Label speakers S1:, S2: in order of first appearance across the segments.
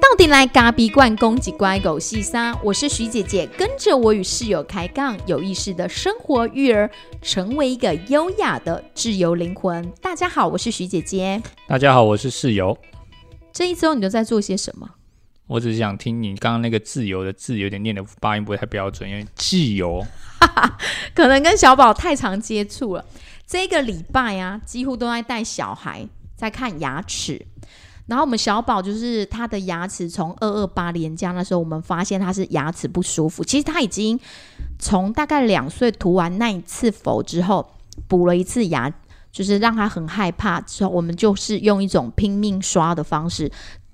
S1: 到底来咖比罐攻击乖狗细沙，我是徐姐姐，跟着我与室友开杠，有意识的生活育儿，成为一个优雅的自由灵魂。大家好，我是徐姐姐。
S2: 大家好，我是室友。
S1: 这一周你都在做些什么？
S2: 我只是想听你刚刚那个“自由”的字有点念的发音不太标准，因为“自由
S1: 可能跟小宝太常接触了。这个礼拜啊，几乎都在带小孩在看牙齿。然后我们小宝就是他的牙齿从二二八年假那时候，我们发现他是牙齿不舒服。其实他已经从大概两岁涂完那一次否之后，补了一次牙，就是让他很害怕。之后我们就是用一种拼命刷的方式，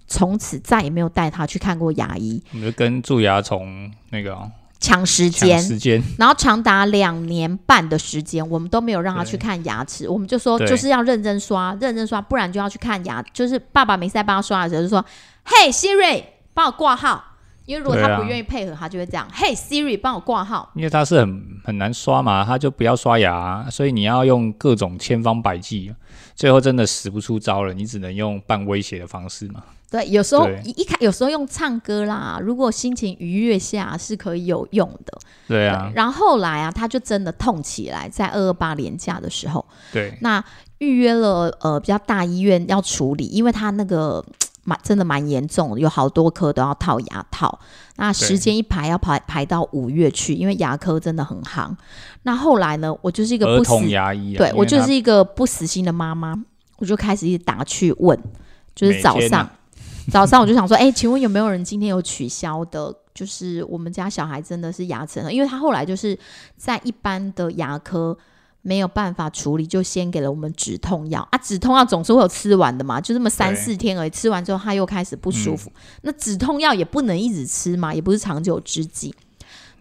S1: 从此再也没有带他去看过牙医，”，
S2: 我们就跟蛀牙虫那个哦
S1: 抢时
S2: 抢
S1: 间。
S2: 时间，
S1: 然后长达两年半的时间，我们都没有让他去看牙齿，我们就说
S2: 对
S1: 就是要认真刷，认真刷，不然就要去看牙。就是爸爸没事在帮他刷的时候，就说：“嘿，Siri，帮我挂号。”因为如果
S2: 对
S1: 他
S2: 啊
S1: 不愿意配合，他就会这样：“嘿，Siri，帮我挂号。
S2: 因为它是很很难刷嘛，它就不要刷牙啊，所以你要用各种千方百计，最后真的使不出招了，你只能用半威胁的方式嘛。”
S1: 对，有时候
S2: 对
S1: 一一开，有时候用唱歌啦，如果心情愉悦下是可以有用的。
S2: 对啊，
S1: 然后后来啊，他就真的痛起来，在二二八年假的时候，
S2: 对，
S1: 那预约了呃比较大医院要处理，因为他那个蛮真的蛮严重的，有好多颗都要套牙套。那时间一排要排排到五月去，因为牙科真的很行。那后来呢，我就是一个
S2: 儿
S1: 不死，
S2: 童牙医啊，
S1: 对
S2: 因为
S1: 我就
S2: 它
S1: 是一个不死心的妈妈，我就开始一直打去问，就是
S2: 每
S1: 早
S2: 天
S1: 上、
S2: 啊
S1: 早上我就想说，哎、请问有没有人今天有取消的？就是我们家小孩真的是牙齿很，因为他后来就是在一般的牙科没有办法处理，就先给了我们止痛药啊。止痛药总是会有吃完的嘛，就这么三
S2: 对
S1: 四天而已，吃完之后他又开始不舒服。那止痛药也不能一直吃嘛，也不是长久之计。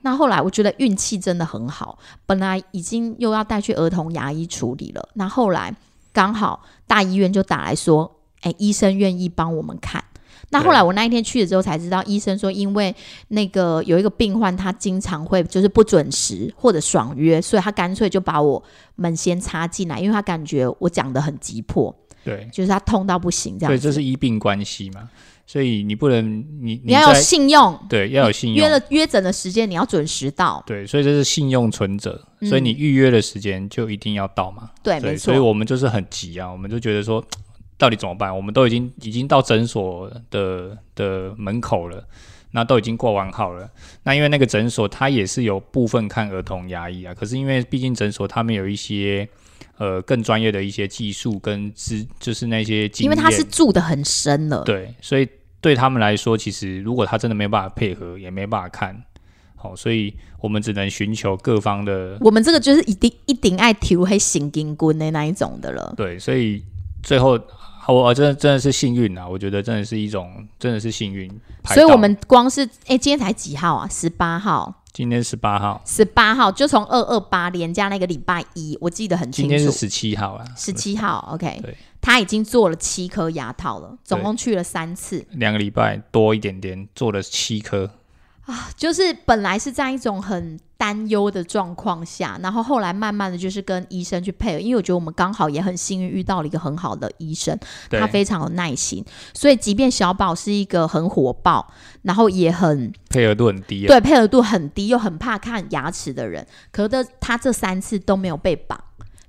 S1: 那后来我觉得运气真的很好，本来已经又要带去儿童牙医处理了，那后来刚好大医院就打来说，哎，医生愿意帮我们看。那后来我那一天去了之后才知道，医生说因为那个有一个病患他经常会就是不准时或者爽约，所以他干脆就把我们先插进来，因为他感觉我讲的很急迫，
S2: 对，
S1: 就是他痛到不行这
S2: 所以
S1: 样
S2: 这
S1: 子。
S2: 是医病关系嘛，所以你不能你
S1: 你
S2: 在
S1: 要有信用，
S2: 对要有信用
S1: 约了约诊的时间你要准时到。
S2: 对，所以这是信用存折，
S1: 嗯
S2: 所以你预约的时间就一定要到嘛。
S1: 对，
S2: 对，
S1: 没
S2: 所以
S1: 错。
S2: 我们就是很急啊，我们就觉得说，到底怎么办？我们都已经已经到诊所的的门口了，那都已经挂完号了。那因为那个诊所它也是有部分看儿童牙医啊，可是因为毕竟诊所他们有一些呃更专业的一些技术跟知，就是那些经
S1: 因
S2: 验，
S1: 为他是住的很深了，
S2: 对，所以对他们来说，其实如果他真的没有办法配合，也没办法看。好，所以我们只能寻求各方的
S1: 我们这个就是一定一定爱体会行筋棍的那一种的了。
S2: 对，所以最后啊我啊真的真的是幸运啊！我觉得真的是一种真的是幸运。排
S1: 所以
S2: 到
S1: 我们光是哎、今天才几号啊？十八号，
S2: 今天十八号，
S1: 十八号就从二二八连假那个礼拜一，我记得很
S2: 今
S1: 清
S2: 天是
S1: 楚，
S2: 十七号啊，
S1: 十七号。OK，
S2: 对
S1: 他已经做了七颗牙套了，总共去了三次。
S2: 两个礼拜多一点点，做了七颗，
S1: 就是本来是在一种很担忧的状况下，然后后来慢慢的就是跟医生去配合，因为我觉得我们刚好也很幸运遇到了一个很好的医生，
S2: 对
S1: 他非常有耐心，所以即便小宝是一个很火爆，然后也很
S2: 配合度很低啊。
S1: 对配合度很低又很怕看牙齿的人，可是他这三次都没有被绑，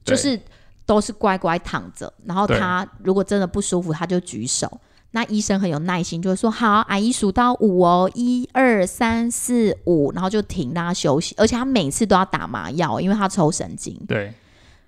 S1: 就
S2: 对
S1: 是都是乖乖躺着，然后
S2: 对
S1: 他如果真的不舒服，他就举手。那医生很有耐心，就会说：“好，阿姨数到五哦，一二三四五，然后就停，让他休息。而且他每次都要打麻药，因为他抽神经。
S2: 对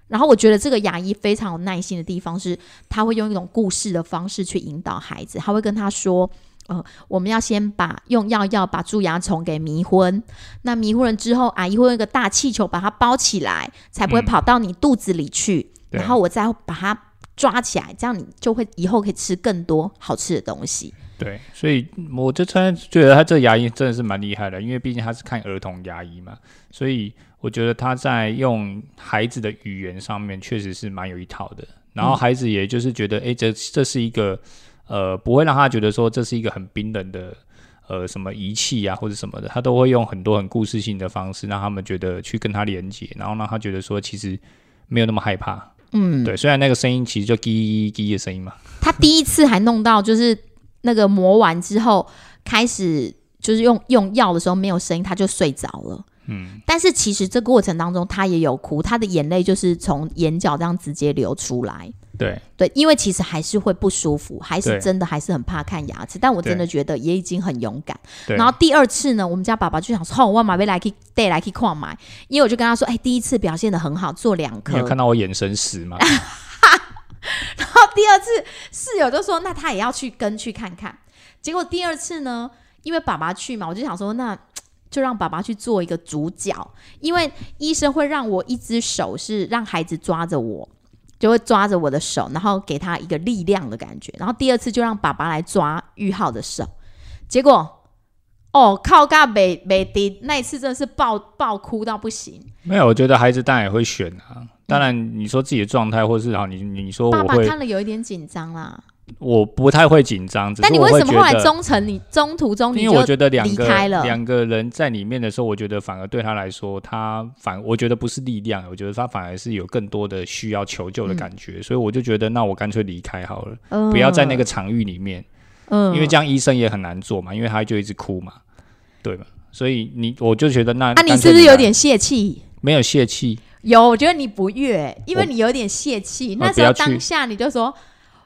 S1: 然后我觉得这个牙医非常有耐心的地方是，他会用一种故事的方式去引导孩子，他会跟他说。呃，我们要先把用药药把蛀牙虫给迷昏，那迷昏了之后，阿姨会用一个大气球把它包起来，才不会
S2: 嗯
S1: 跑到你肚子里去。
S2: 对
S1: 然后我再把它抓起来，这样你就会以后可以吃更多好吃的东西。
S2: 对，所以我就突然觉得他这牙医真的是蛮厉害的，因为毕竟他是看儿童牙医嘛，所以我觉得他在用孩子的语言上面确实是蛮有一套的。然后孩子也就是觉得，哎、这这是一个呃，不会让他觉得说这是一个很冰冷的呃什么仪器啊或者什么的，他都会用很多很故事性的方式让他们觉得去跟他连接，然后让他觉得说其实没有那么害怕。
S1: 嗯，
S2: 对，虽然那个声音其实就滴滴的声音嘛，
S1: 他第一次还弄到，就是那个磨完之后开始就是用用药的时候没有声音，他就睡着了。嗯，但是其实这过程当中他也有哭，他的眼泪就是从眼角这样直接流出来。
S2: 对
S1: 对，因为其实还是会不舒服，还是
S2: 对
S1: 真的还是很怕看牙齿，但我真的觉得也已经很勇敢。
S2: 对。
S1: 然后第二次呢，我们家爸爸就想说，哦，我马被来去带来去逛买，因为我就跟他说，哎，第一次表现的很好，做两颗
S2: 你有，看到我眼神死吗？
S1: 然后第二次室友就说，那他也要去跟去看看。结果第二次呢，因为爸爸去嘛，我就想说，那就让爸爸去做一个主角，因为医生会让我一只手是让孩子抓着我。就会抓着我的手，然后给他一个力量的感觉。然后第二次就让爸爸来抓玉浩的手，结果哦靠，嘎北北迪那一次真的是爆爆哭到不行。
S2: 没有，我觉得孩子当然也会选啊。当然，你说自己的状态，或是好，你你
S1: 嗯
S2: 说
S1: 爸
S2: 我
S1: 爸
S2: 会，
S1: 看了有一点紧张啦，
S2: 我不太会紧张，只
S1: 但
S2: 是
S1: 你
S2: 我
S1: 为
S2: 会
S1: 什么后
S2: 觉
S1: 来
S2: 得，
S1: 中程你中途中你
S2: 因为我
S1: 就
S2: 觉得两
S1: 离
S2: 个
S1: 开了
S2: 两个人在里面的时候，我觉得反而对他来说，他反我觉得不是力量，我觉得他反而是有更多的需要求
S1: 嗯
S2: 救的感觉，所以我就觉得，那我干脆离开好了，
S1: 呃
S2: 不要在那
S1: 个
S2: 个场域里面，
S1: 嗯
S2: 因为这样医生也很难做嘛，因为他就一直哭嘛，对吧？所以你我就觉得那，
S1: 啊那、你
S2: 干脆
S1: 是不是
S2: 离开
S1: 有点泄气？
S2: 没有泄气？
S1: 有，我觉得你不悦，因为你有点泄气。那
S2: 呃
S1: 时候
S2: 不要去
S1: 当下你就说，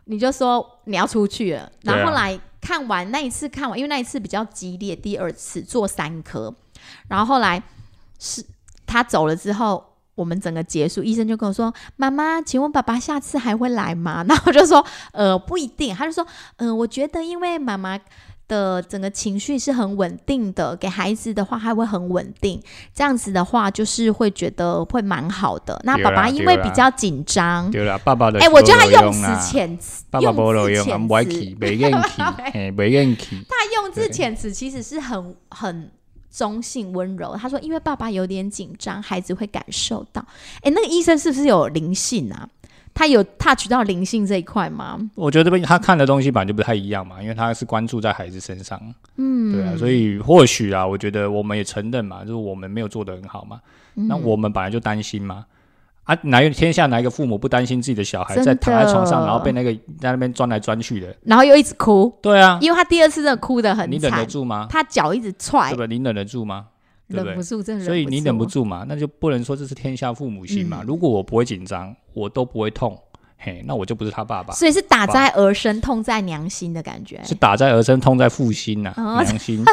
S1: 你就说你要出去了。然
S2: 对
S1: 后
S2: 啊
S1: 后来看完那一次看完，因为那一次比较激烈，第二次做三颗，然后后来是他走了之后。我们整个结束，医生就跟我说：“妈妈，请问爸爸下次还会来吗？”然后我就说：“呃，不一定。”他就说：“嗯，我觉得因为妈妈的整个情绪是很稳定的，给孩子的话还会很稳定，这样子的话就是会觉得会蛮好的。那
S2: 对
S1: 爸
S2: 啦
S1: 爸因为比较紧张，
S2: 对啦，爸爸的
S1: 哎、我觉得他
S2: 用啊
S1: 用词遣词，
S2: 爸爸无路
S1: 用
S2: 用
S1: 字
S2: 啊，
S1: 遣
S2: 唔爱
S1: 词，
S2: 去，袂愿去嘿，袂愿去。
S1: 他用字遣词其实是很很中性温柔。他说，因为爸爸有点紧张，孩子会感受到。哎、那个医生是不是有灵性啊？他有 touch 到灵性这一块吗？
S2: 我觉得他看的东西本来就不太一样嘛，因为他是关注在孩子身上，嗯，对啊，所以或许啊，我觉得我们也承认嘛，就是我们没有做得很好嘛，那我们本来就担心嘛。啊，哪有天下哪一个父母不担心自己的小孩
S1: 真
S2: 在躺在床
S1: 的
S2: 上，然后被那个在那边钻来钻去的？
S1: 然后又一直哭，
S2: 对啊，
S1: 因为他第二次真的哭得很
S2: 你忍得
S1: 惨，
S2: 住吗？
S1: 他脚一直踹
S2: 对，吧？你忍得住吗？对不
S1: 忍
S2: 对
S1: 不？住，真的
S2: 所以你忍不
S1: 住。
S2: 住嘛，那就不能说这是天下父母心嘛。
S1: 嗯
S2: 如果我不会紧张，我都不会痛，嘿，那我就不是他爸爸，
S1: 所以是打在儿身，痛在娘心的感觉。
S2: 是打在儿身，痛在父心呐、
S1: 哦
S2: 良 心。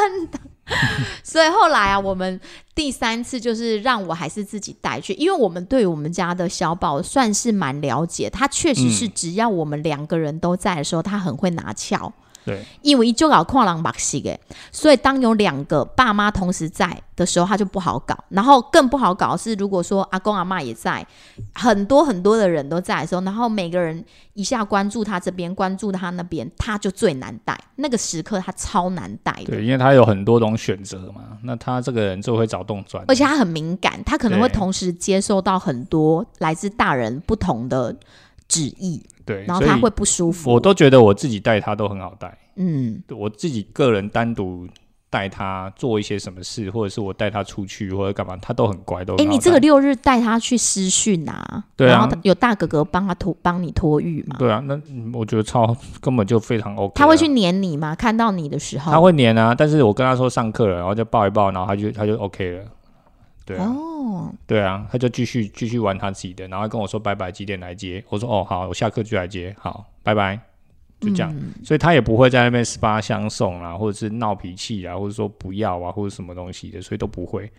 S1: 所以后来啊，我们第三次就是让我还是自己带去，因为我们对我们家的小宝算是蛮了解，他确实是只要我们两个人都在的时候，他很会拿翘。
S2: 对，
S1: 因为就搞跨狼把戏的，所以当有两个爸妈同时在的时候，他就不好搞。然后更不好搞的是，如果说阿公阿妈也在，很多很多的人都在的时候，然后每个人一下关注他这边，关注他那边，他就最难带。那个时刻他超难带的。
S2: 对，因为他有很多种选择嘛，那他这个人就会找洞钻。
S1: 而且他很敏感，他可能会
S2: 对
S1: 同时接受到很多来自大人不同的旨意，
S2: 对，
S1: 然后
S2: 所以
S1: 他会不舒
S2: 我
S1: 服。
S2: 都觉得我自己带他都很好带，
S1: 嗯，
S2: 我自己个人单独。带他做一些什么事，或者是我带他出去或者干嘛，他都很乖，都
S1: 哎、
S2: 很好
S1: 你这个
S2: 带
S1: 六日带他去私训啊，
S2: 对啊
S1: 然后他有大哥哥帮他脱帮你脱浴嘛，
S2: 对啊，那嗯我觉得超根本就非常 OK 啊。
S1: 他会去黏你吗？看到你的时候，
S2: 他会黏啊，但是我跟他说上课了，然后就抱一抱，然后他就他就 OK 了，对啊，
S1: 哦，
S2: 对啊，他就继续继续玩他自己的，然后跟我说拜拜，几点来接？我说哦好，我下课就来接，好，拜拜，就这样，
S1: 嗯
S2: 所以他也不会在那边十八相送啊，或者是闹脾气啊，或者说不要啊，或者什么东西的，所以都不会，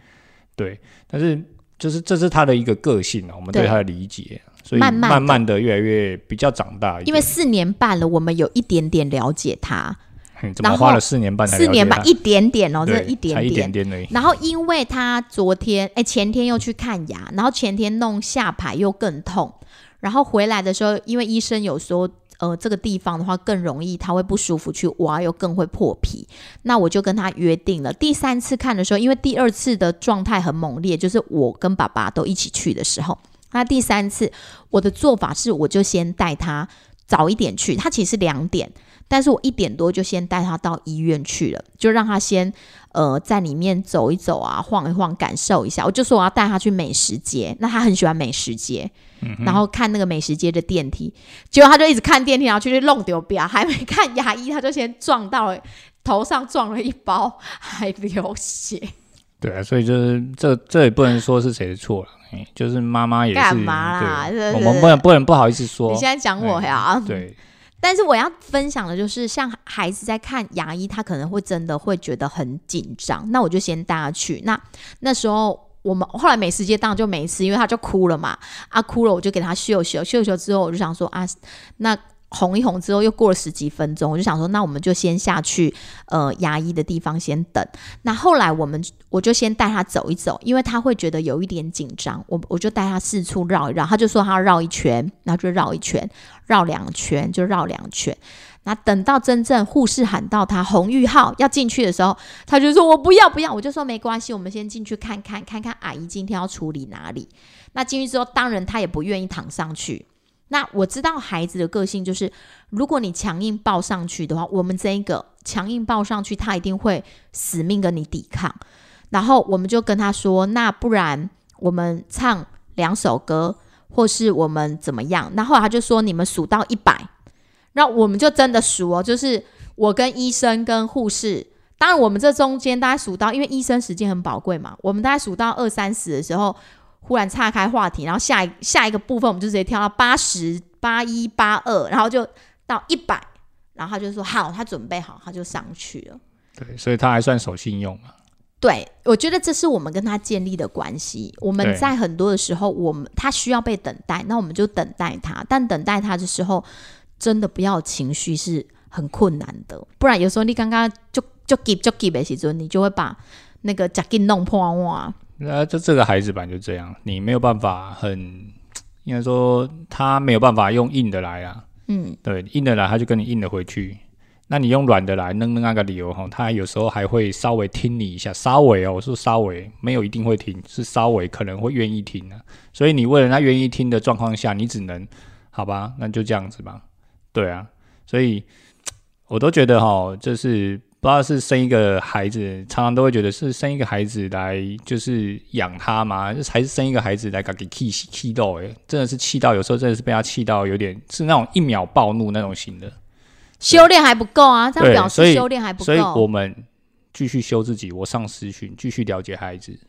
S2: 对，但是就是这是他的一个个性啊，我们对
S1: 对
S2: 他的理解，所以
S1: 慢慢地
S2: 慢慢的越来越比较长大一点，
S1: 因为四年半了，我们有一点点了解他，
S2: 嗯怎么
S1: 然
S2: 花
S1: 后
S2: 了四年半才
S1: 四
S2: 了
S1: 年
S2: 解
S1: 吧，
S2: 他
S1: 一点点哦，真的
S2: 对，
S1: 一点
S2: 才一
S1: 点
S2: 点。点而已。
S1: 然后因为他昨天哎前天又去看牙，然后前天弄下排又更痛，然后回来的时候，因为医生有说。呃，这个地方的话更容易，他会不舒服，去挖又更会破皮。那我就跟他约定了，第三次看的时候，因为第二次的状态很猛烈，就是我跟爸爸都一起去的时候，那第三次我的做法是，我就先带他早一点去，他其实两点，但是我一点多就先带他到医院去了，就让他先呃在里面走一走啊，晃一晃，感受一下。我就说我要带他去美食街，那他很喜欢美食街，然后看那个美食街的电梯，结果他就一直看电梯，然后就去弄丢表，还没看牙医，他就先撞到了。头上撞了一包，还流血，
S2: 对啊，所以就是这这也不能说是谁的 错了，哎就是妈妈也是
S1: 干嘛啦
S2: 对
S1: 是不
S2: 我
S1: 是
S2: 们不能不能不好意思说
S1: 你，现在讲我呀？
S2: 对，
S1: 但是我要分享的就是，像孩子在看牙医，他可能会真的会觉得很紧张。那我就先带他去。那那时候我们后来美食街当然就没吃，因为他就哭了嘛。啊，哭了我就给他嗅嗅，嗅嗅之后我就想说啊，那红一红之后又过了十几分钟，我就想说那我们就先下去呃牙医的地方先等。那后来我们我就先带他走一走，因为他会觉得有一点紧张，我我就带他四处绕一绕，他就说他要绕一圈，然后就绕一圈。绕两圈就绕两圈。那等到真正护士喊到他洪玉浩要进去的时候，他就说：“我不要，不要。”我就说：“没关系，我们先进去看看，看看阿姨今天要处理哪里。”那进去之后，当然他也不愿意躺上去。那我知道孩子的个性就是，如果你强硬抱上去的话，我们这一个强硬抱上去，他一定会死命跟你抵抗。然后我们就跟他说：“那不然我们唱两首歌，或是我们怎么样。那后来他就说你们数到一百，那我们就真的数哦，就是我跟医生跟护士。当然，我们这中间大概数到，因为医生时间很宝贵嘛，我们大概数到二三十的时候，忽然岔开话题，然后下一下一个部分我们就直接跳到八十八一八二，然后就到一百，然后他就说好，他准备好，他就上去了。
S2: 对，所以他还算守信用嘛，
S1: 对，我觉得这是我们跟他建立的关系。我们
S2: 对
S1: 在很多的时候，我们他需要被等待，那我们就等待他。但等待他的时候，真的不要有情绪是很困难的，不然有时候你刚刚就就急就急的时候，你就会把那个假给弄破啊哇。
S2: 那这这个孩子版就这样，你没有办法很，应该说他没有办法用硬的来啊，
S1: 嗯，
S2: 对，硬的来他就跟你硬的回去。那你用软的来弄弄那个理由哈，他有时候还会稍微听你一下，稍微哦，我说稍微没有一定会听，是稍微可能会愿意听啊。所以你为了他愿意听的状况下，你只能好吧，那就这样子吧。对啊，所以我都觉得哈，就是不知道是生一个孩子，常常都会觉得是生一个孩子来就是养他嘛，还是生一个孩子来给气死气到哎，真的是气到，有时候真的是被他气到，有点是那种一秒暴怒那种型的。
S1: 修炼还不够啊，这样
S2: 对
S1: 表
S2: 所
S1: 示
S2: 以
S1: 修炼还不
S2: 所以我
S1: 够。
S2: 们继续修自己，我上私讯继续了解孩子。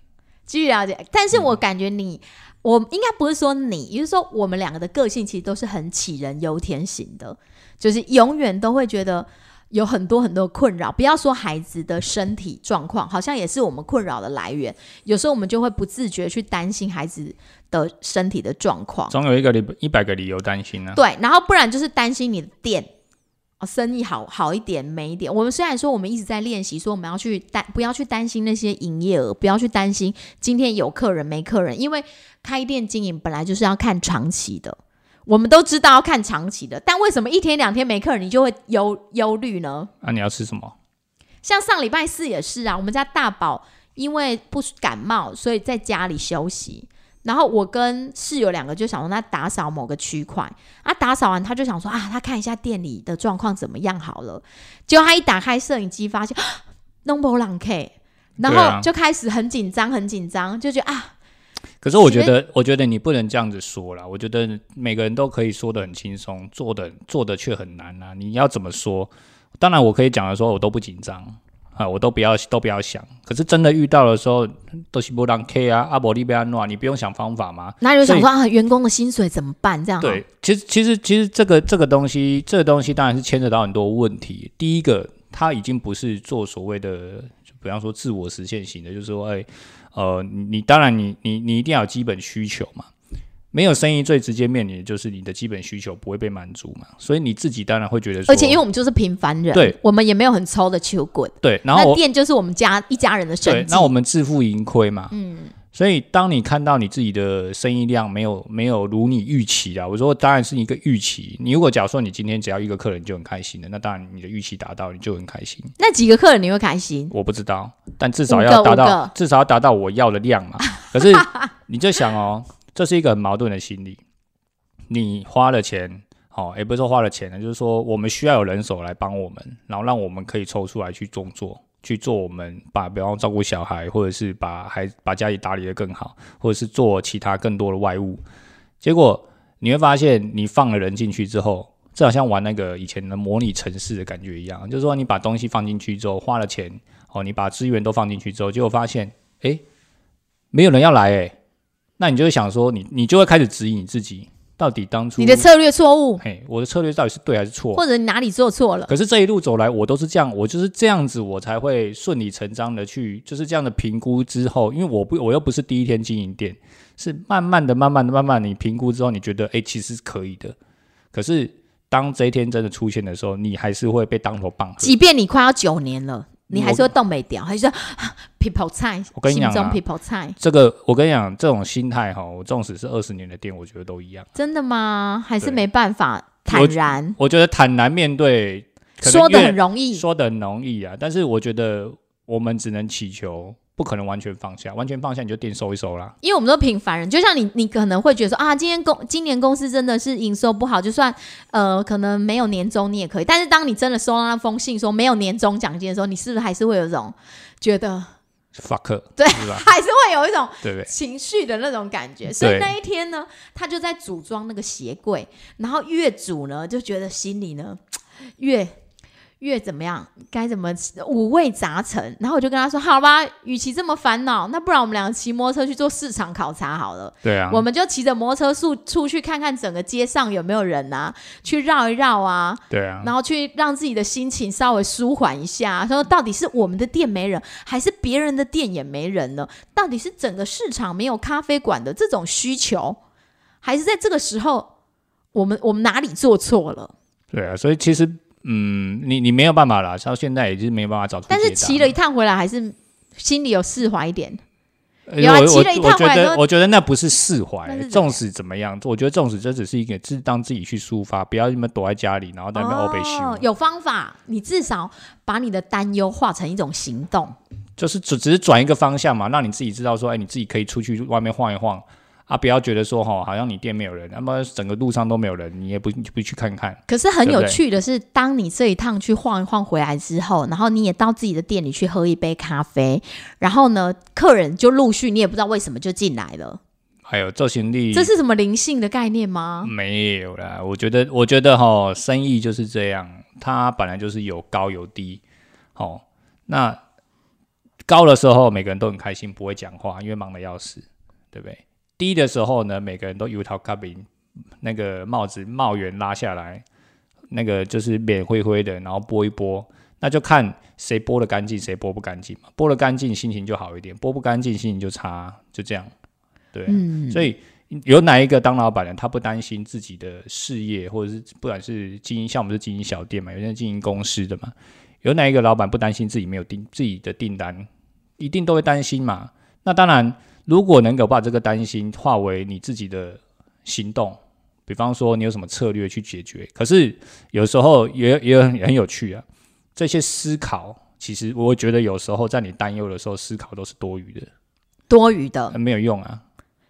S1: 继续了解，但是我感觉你，我应该不是说你，也就是说我们两个的个性其实都是很杞人忧天型的，就是永远都会觉得有很多很多困扰。不要说孩子的身体状况，好像也是我们困扰的来源。有时候我们就会不自觉去担心孩子的身体的状况，
S2: 总有一个理一百个理由担心啊。
S1: 对，然后不然就是担心你的店。哦，生意好好一点，没一点。我们虽然说我们一直在练习，说我们要去担，不要去担心那些营业额，不要去担心今天有客人没客人，因为开店经营本来就是要看长期的。我们都知道要看长期的，但为什么一天两天没客人，你就会忧忧虑呢？
S2: 啊，你要吃什么？
S1: 像上礼拜四也是啊，我们家大宝因为不感冒，所以在家里休息。然后我跟室友两个就想说，那打扫某个区块啊，打扫完他就想说啊，他看一下店里的状况怎么样好了。结果他一打开摄影机，发现啊弄不朗 K，然
S2: 对啊
S1: 后就开始很紧张，很紧张，就觉得啊，
S2: 可是我觉得，我觉得你不能这样子说啦。我觉得每个人都可以说的很轻松，做的做的却很难啊。你要怎么说？当然，我可以讲的说，我都不紧张啊，我都不要都不要想。可是真的遇到的时候，都是不让 K 啊，阿伯利贝安诺啊，你不用想方法吗？
S1: 那就想说啊，员工的薪水怎么办？这样啊
S2: 对，其实其实其实这个这个东西，这个东西当然是牵扯到很多问题。第一个，它已经不是做所谓的，就比方说自我实现型的，就是说，哎，呃，你你当然你你你一定要有基本需求嘛。没有生意最直接面临的就是你的基本需求不会被满足嘛，所以你自己当然会觉得说，
S1: 而且因为我们就是平凡人，
S2: 对，
S1: 我们也没有很抽的球滚，
S2: 对，然后
S1: 那
S2: 我
S1: 店就是我们家一家人的生
S2: 对
S1: 计，。
S2: 那我们自负盈亏嘛，嗯，所以当你看到你自己的生意量没有没有如你预期啊，我说当然是一个预期。你如果假如说你今天只要一个客人就很开心了，那当然你的预期达到你就很开心。
S1: 那几个客人你会开心？
S2: 我不知道，但至
S1: 五
S2: 少
S1: 个
S2: 要
S1: 五
S2: 达
S1: 个
S2: 到至少要达到我要的量 嘛。可是你就想哦，这是一个很矛盾的心理。你花了钱好、也不是说花了钱呢，就是说我们需要有人手来帮我们，然后让我们可以抽出来去工作，去做我们把，比方说照顾小孩，或者是把孩把家里打理得更好，或者是做其他更多的外务。结果你会发现，你放了人进去之后，这好像玩那个以前的模拟城市的感觉一样，就是说你把东西放进去之后，花了钱，哦，你把资源都放进去之后，结果发现，诶，没有人要来、诶，那你就会想说，你你就会开始质疑你自己，到底当初
S1: 你的策略错误，
S2: 嘿，我的策略到底是对还是错？
S1: 或者你哪里做错了？
S2: 可是这一路走来，我都是这样，我就是这样子，我才会顺理成章的去，就是这样的评估之后，因为我不，我又不是第一天经营店，是慢慢的、慢慢的、慢慢地你评估之后，你觉得哎、诶其实是可以的。可是当这一天真的出现的时候，你还是会被当头棒喝。
S1: 即便你快要九年了，你还是
S2: 我
S1: 会动没掉，还是说、啊 people 菜，
S2: 我跟你
S1: 心
S2: 讲啊
S1: 中 people 菜，
S2: 这个我跟你讲，这种心态哈，我纵使是二十年的店，我觉得都一样。
S1: 真的吗？还是
S2: 对
S1: 没办法坦
S2: 我
S1: 然
S2: 我觉得坦然面对，可能
S1: 说的
S2: 越
S1: 很容易，
S2: 说的很容易啊，但是我觉得我们只能祈求，不可能完全放下，完全放下你就店收一收啦。
S1: 因为我们都平凡人，就像你，你可能会觉得说啊，今天公今年公司真的是营收不好，就算呃可能没有年终你也可以。但是当你真的收到那封信说没有年终奖金的时候，你是不是还是会有一种觉得，
S2: fuck，
S1: 对
S2: 是吧？
S1: 还是会有一种
S2: 对不对？嗯
S1: 情绪的那种感觉？所以
S2: 对
S1: 那一天呢，他就在组装那个鞋柜，然后越组呢就觉得心里呢越。越怎么样，该怎么呃五味杂陈？然后我就跟他说：“好吧，与其这么烦恼，那不然我们两个骑摩托车去做市场考察好了。”
S2: 对啊，
S1: 我们就骑着摩托车速出去看看整个街上有没有人啊，去绕一绕啊，
S2: 对啊，
S1: 然后去让自己的心情稍微舒缓一下。说到底是我们的店没人，还是别人的店也没人呢？到底是整个市场没有咖啡馆的这种需求，还是在这个时候我们我们哪里做错了？
S2: 对啊，所以其实，嗯，你你没有办法啦，到现在也是没有办法找出解答。
S1: 但是骑了一趟回来，还是心里有释怀一点。
S2: 呃，
S1: 有啊
S2: 我
S1: 骑了一
S2: 我我
S1: 趟回
S2: 觉
S1: 来之
S2: 得
S1: 后
S2: 我觉得那不是释
S1: 那
S2: 怀
S1: 是，怎
S2: 纵使怎么样，我觉得纵使这只是一个，是当自己去抒发，不要你们躲在家里，然后在那边欧北
S1: 哦，
S2: 修，
S1: 有方法，你至少把你的担忧化成一种行动。
S2: 就是只只是转一个方向嘛，让你自己知道说，哎，你自己可以出去外面晃一晃。啊，不要觉得说哈，好像你店没有人，那么整个路上都没有人，你也不你不去看看，
S1: 可是很
S2: 对不
S1: 有
S2: 对
S1: 趣的是，当你这一趟去晃一晃回来之后，然后你也到自己的店里去喝一杯咖啡，然后呢，客人就陆续，你也不知道为什么就进来了。
S2: 还有周行李，
S1: 这是什么灵性的概念
S2: 嗯
S1: 吗？
S2: 没有啦，我觉得，我觉得哈，生意就是这样，它本来就是有高有低。好、那高的时候每个人都很开心，不会讲话，因为忙得要死，对不对？低的时候呢，每个人都油桃卡饼，那个帽子帽檐拉下来，那个就是脸灰灰的，然后拨一拨，那就看谁拨的干净，谁拨不干净嘛。拨的干净，心情就好一点；拨不干净，心情就差，就这样。对，啊
S1: 嗯，
S2: 所以有哪一个当老板的，他不担心自己的事业，或者是不管是经营，像我们是经营小店嘛，有些人经营公司的嘛，有哪一个老板不担心自己没有订自己的订单，一定都会担心嘛。那当然，如果能够把这个担心化为你自己的行动，比方说你有什么策略去解决，可是有时候也也很也很有趣啊，这些思考。其实我觉得有时候在你担忧的时候，思考都是多余的，
S1: 多余的，
S2: 呃没有用啊。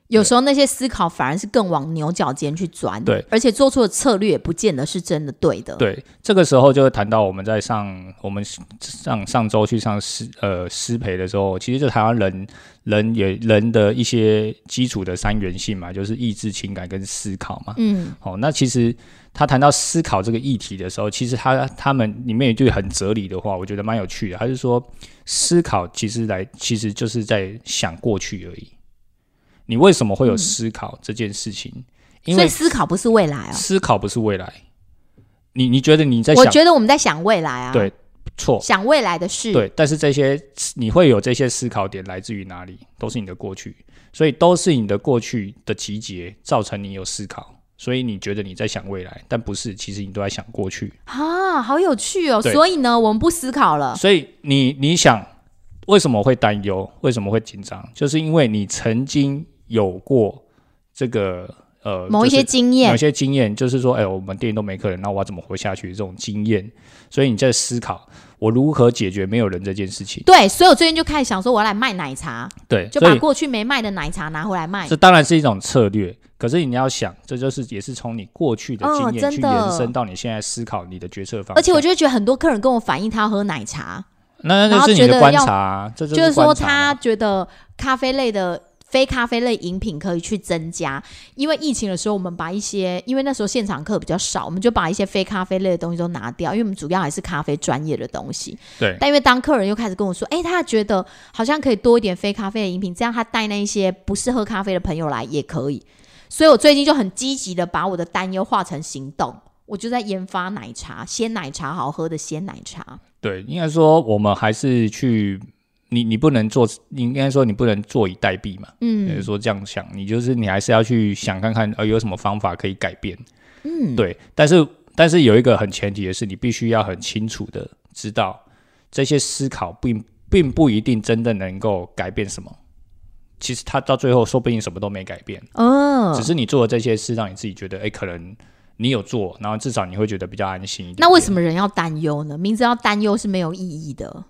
S1: 有时候那些思考反而是更往牛角尖去钻。
S2: 对，
S1: 而且做出的策略也不见得是真的对的。，
S2: 对，这个时候就会谈到我们在上我们上上周去上师呃师培的时候，其实就台湾人人也人的一些基础的三元性嘛，就是意志、情感跟思考嘛。
S1: 嗯，
S2: 哦，那其实他谈到思考这个议题的时候，其实他他们里面有一句很哲理的话，我觉得蛮有趣的。他是说，思考其实来其实就是在想过去而已。你为什么会有思考这件事情？因
S1: 嗯所以
S2: 为
S1: 思考不是未来哦。
S2: 思考不是未来。你你觉得你在
S1: 我
S2: 想
S1: 觉得我们在想未来啊，
S2: 对错，
S1: 想未来的事。
S2: 对，但是这些你会有这些思考点来自于哪里，都是你的过去，所以都是你的过去的集结造成你有思考，所以你觉得你在想未来，但不是，其实你都在想过去，
S1: 啊，好有趣哦。
S2: 对
S1: 所以呢，我们不思考了。
S2: 所以你你想为什么会担忧，为什么会紧张，就是因为你曾经有过这个呃
S1: 某一
S2: 就
S1: 些
S2: 是
S1: 经
S2: 有
S1: 验，
S2: 些经验就是说，哎、我们店里都没客人，那我要怎么活下去？这种经验，所以你在思考我如何解决没有人这件事情。
S1: 对，所以我最近就开始想说，我要来卖奶茶，
S2: 对，
S1: 就
S2: 哎所
S1: 把
S2: 以
S1: 过去没卖的奶茶拿回来卖
S2: 这。当然是一种策略。可是你要想，这就是也是从你过去的
S1: 嗯
S2: 经验
S1: 真
S2: 去
S1: 的
S2: 延伸到你现在思考你的决策方向。
S1: 而且我就会觉得很多客人跟我反映他要喝奶茶，
S2: 那那
S1: 然
S2: 就
S1: 后
S2: 是你
S1: 觉
S2: 的
S1: 得
S2: 观
S1: 要
S2: 察啊，这就
S1: 就是
S2: 是
S1: 说
S2: 观察
S1: 他
S2: 嘛
S1: 觉得咖啡类的。非咖啡类饮品可以去增加，因为疫情的时候，我们把一些因为那时候现场课比较少，我们就把一些非咖啡类的东西都拿掉，因为我们主要还是咖啡专业的东西。
S2: 对
S1: 但因为当客人又开始跟我说，哎、他觉得好像可以多一点非咖啡的饮品，这样他带那一些不是喝咖啡的朋友来也可以。所以我最近就很积极的把我的担忧化成行动，我就在研发奶茶，鲜奶茶好喝的鲜奶茶。
S2: 对，应该说我们还是去你你不能做，你应该说你不能坐以待毙嘛。就是
S1: 嗯
S2: 说这样想，你就是你还是要去想看看，呃，有什么方法可以改变。
S1: 嗯，
S2: 对，但是但是有一个很前提的是，你必须要很清楚的知道，这些思考并并不一定真的能够改变什么。其实他到最后说不定什么都没改变，
S1: 嗯
S2: 只是你做的这些事让你自己觉得，哎、可能你有做，然后至少你会觉得比较安心一点
S1: 那为什
S2: 么？
S1: 么人要担忧呢？明知道担忧是没有意义的，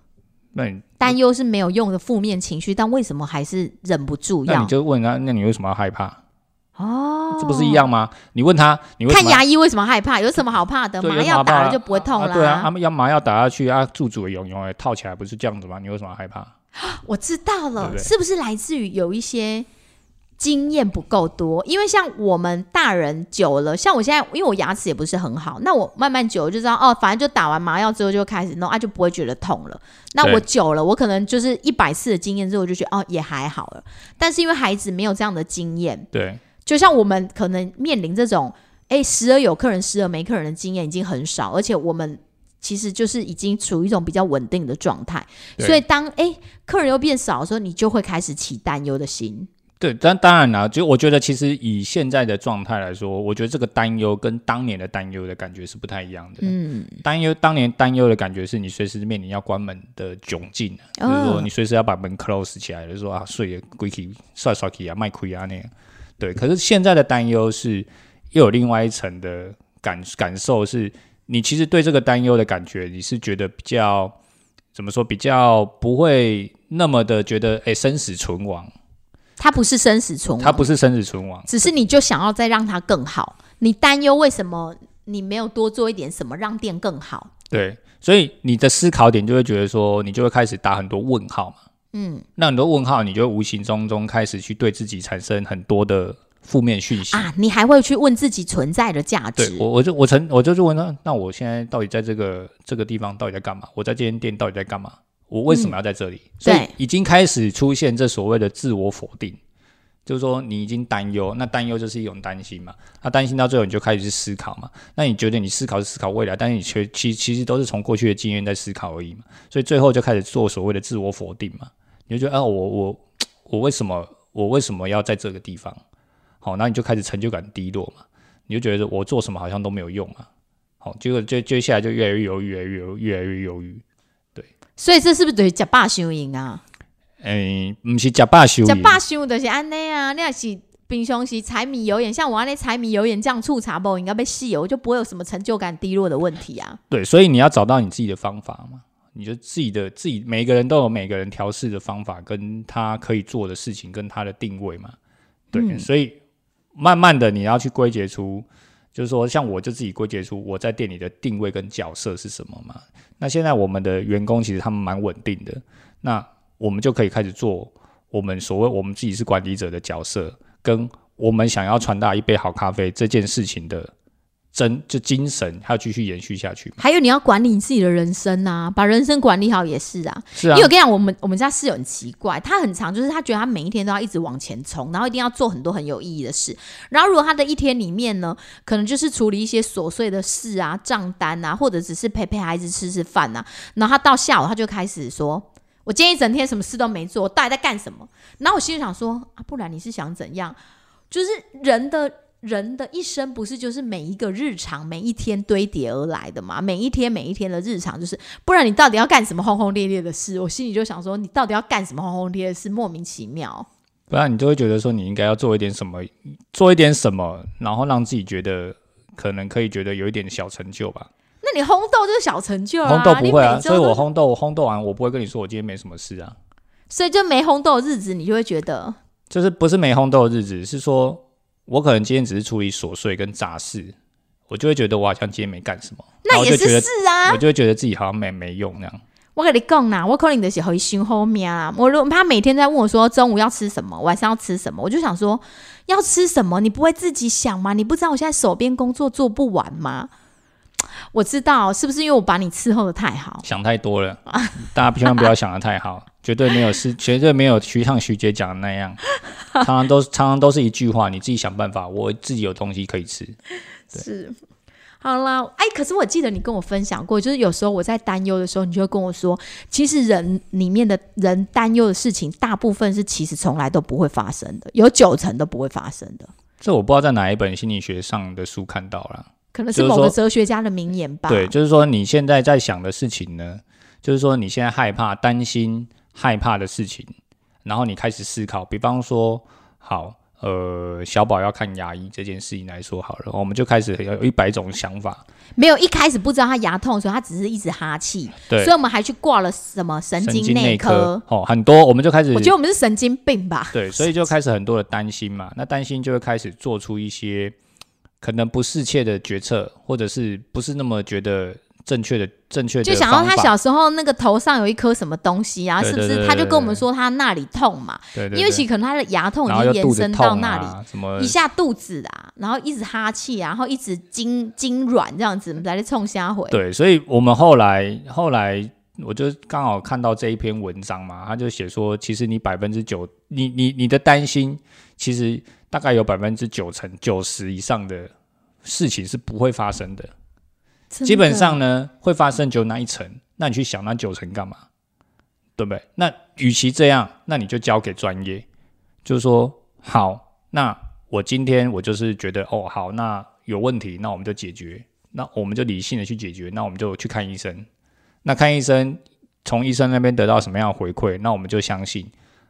S2: 那你
S1: 担忧是没有用的负面情绪，但为什么还是忍不住
S2: 那
S1: 要
S2: 你？就问他，那你为什么要害怕？
S1: 哦，
S2: 这不是一样吗？你问他，你为什
S1: 看
S2: 么要
S1: 牙医为什么害怕？有什么好怕的？
S2: 对
S1: 麻
S2: 有什么
S1: 药
S2: 好怕
S1: 打了
S2: 的
S1: 就不会痛
S2: 啊
S1: 啦。
S2: 对啊，他们要麻药打下去啊，住主的泳泳哎，套起来不是这样子吗？你为什么要害怕？
S1: 我知道了，
S2: 对不对
S1: 是不是来自于有一些经验不够多？因为像我们大人久了，像我现在，因为我牙齿也不是很好，那我慢慢久了就知道，哦，反正就打完麻药之后就开始弄，啊，就不会觉得痛了。那我
S2: 对
S1: 久了，我可能就是一百次的经验之后，我就觉得哦，也还好了。但是因为孩子没有这样的经验，
S2: 对
S1: 就像我们可能面临这种，哎，时而有客人，时而没客人的经验已经很少，而且我们其实就是已经处于一种比较稳定的状态，
S2: 对
S1: 所以当哎客人又变少的时候，你就会开始起担忧的心。
S2: 对，但当然啦，就我觉得其实以现在的状态来说，我觉得这个担忧跟当年的担忧的感觉是不太一样的。
S1: 嗯，
S2: 担忧当年担忧的感觉是你随时面临要关门的窘境，啊
S1: 哦
S2: 就是说你随时要把门 close 起来，就是说啊，睡归去算算去啊，卖亏啊那样。对，可是现在的担忧是又有另外一层的感感受是，你其实对这个担忧的感觉，你是觉得比较怎么说，比较不会那么的觉得哎、生死存亡，
S1: 它不是生死存亡，
S2: 它不是生死存亡。
S1: 只是你就想要再让它更好，你担忧为什么你没有多做一点什么让店更好？
S2: 对，所以你的思考点就会觉得说，你就会开始打很多问号嘛。嗯，那很多问号，你就无形中中开始去对自己产生很多的负面讯息。
S1: 啊，你还会去问自己存在的价
S2: 对
S1: 值。
S2: 我，我就我曾我就是问他，那我现在到底在这个这个地方到底在干嘛？我在这间店到底在干嘛？我为什么要在这里？所以
S1: 对
S2: 已经开始出现这所谓的自我否定，就是说你已经担忧，那担忧就是一种担心嘛。那担心到最后你就开始去思考嘛。那你觉得你思考是思考未来，但是你却其其实都是从过去的经验在思考而已嘛。所以最后就开始做所谓的自我否定嘛。你就觉得啊，我我我为什么我为什么要在这个地方？好，那你就开始成就感低落嘛。你就觉得我做什么好像都没有用嘛。好，结果接接下来就越来越犹豫，越来越犹豫，越来越犹豫。
S1: 所以这是不是等于假霸修赢啊？
S2: 诶、不是假霸修
S1: 假
S2: 赢，
S1: 霸修的是安内啊，那是平常时柴米油盐，像我安内柴米油盐酱醋茶包，应该被戏油，我就不会有什么成就感低落的问题啊。
S2: 对，所以你要找到你自己的方法嘛。你就自己的自己，每一个人都有每个人调试的方法，跟他可以做的事情，跟他的定位嘛。对，
S1: 嗯
S2: 所以慢慢的你要去归结出，就是说，像我就自己归结出我在店里的定位跟角色是什么嘛。那现在我们的员工其实他们蛮稳定的，那我们就可以开始做我们所谓我们自己是管理者的角色，跟我们想要传达一杯好咖啡这件事情的真就精神，还要继续延续下去嘛。
S1: 还有你要管理你自己的人生呐、把人生管理好也是啊。
S2: 是啊
S1: 因为，我跟你讲，我们我们家室友很奇怪，他很长，就是他觉得他每一天都要一直往前冲，然后一定要做很多很有意义的事。然后如果他的一天里面呢，可能就是处理一些琐碎的事啊、账单啊，或者只是陪陪孩子吃吃饭啊，然后他到下午他就开始说。我今天一整天什么事都没做，我到底在干什么？然后我心里想说啊，不然你是想怎样？就是人的人的一生不是就是每一个日常每一天堆叠而来的嘛？每一天每一天的日常就是，不然你到底要干什么轰轰烈烈的事？我心里就想说，你到底要干什么轰轰烈烈的事？莫名其妙。
S2: 不然你就会觉得说你应该要做一点什么，做一点什么，然后让自己觉得可能可以觉得有一点小成就吧。
S1: 那你烘豆就是小成就啊，
S2: 烘豆不会啊，
S1: 你每周
S2: 所以
S1: 都
S2: 我烘豆烘豆完，我不会跟你说我今天没什么事啊，
S1: 所以就没烘豆的日子，你就会觉得
S2: 就是不是没烘豆的日子，是说我可能今天只是处理琐碎跟杂事，我就会觉得我好像今天没干什么，然
S1: 那
S2: 后
S1: 也
S2: 我就是觉得
S1: 事啊
S2: 我。就会觉得自己好像没没用那样。
S1: 我跟你讲啦，我可能就是回心后面啊。我如果他每天在问我说中午要吃什么，晚上要吃什么，我就想说要吃什么，你不会自己想吗？你不知道我现在手边工作做不完吗？我知道，是不是因为我把你伺候的太好？
S2: 想太多了，大家千万不要想的太好，绝对没有是，绝对没有徐像徐姐讲的那样，常常都常常都是一句话，你自己想办法，我自己有东西可以吃。
S1: 是，好啦，哎，可是我记得你跟我分享过，就是有时候我在担忧的时候，你就会跟我说，其实人里面的人担忧的事情，大部分是其实从来都不会发生的，有九成都不会发生的，
S2: 这我不知道在哪一本心理学上的书看到了。
S1: 可能是
S2: 就是
S1: 某个
S2: 说
S1: 哲学家的名言吧。
S2: 对，就是说你现在在想的事情呢，就是说你现在害怕、担心、害怕的事情，然后你开始思考，比方说，好，呃，小宝要看牙医这件事情来说好了，我们就开始有一百种想法，
S1: 没有一开始不知道他牙痛的时候，他只是一直哈气，
S2: 对
S1: 所以，我们还去挂了什么神经内
S2: 内
S1: 科。，
S2: 哦，很多，我们就开始
S1: 我觉得我们是神经病吧。
S2: 对，所以就开始很多的担心嘛。那担心就会开始做出一些可能不适切的决策，或者是不是那么觉得正确的正确的
S1: 就想到他
S2: 方法
S1: 小时候那个头上有一颗什么东西啊，
S2: 对
S1: 是不
S2: 对
S1: 是？
S2: 对
S1: 他就跟我
S2: 对
S1: 们说他那里痛嘛，
S2: 对对
S1: 因为
S2: 对
S1: 其实可能他的牙痛
S2: 然
S1: 已
S2: 后
S1: 经
S2: 又
S1: 延
S2: 肚子
S1: 伸到
S2: 痛
S1: 那里，
S2: 啊，什么
S1: 一下肚子啊，然后一直哈气啊，然后一直痉痉挛这样子，我们才来冲虾回。
S2: 对，所以我们后来后来，我就刚好看到这一篇文章嘛，他就写说，其实你百分之九，你你你的担心，其实大概有百分之九成九十以上的事情是不会发生的。
S1: 真的
S2: 基本上呢，会发生只有那一层，那你去想那九层干嘛？对不对？那与其这样，那你就交给专业，就是说，好，那我今天我就是觉得，哦，好，那有问题，那我们就解决，那我们就理性的去解决，那我们就去看医生，那看医生，从医生那边得到什么样的回馈，那我们就相信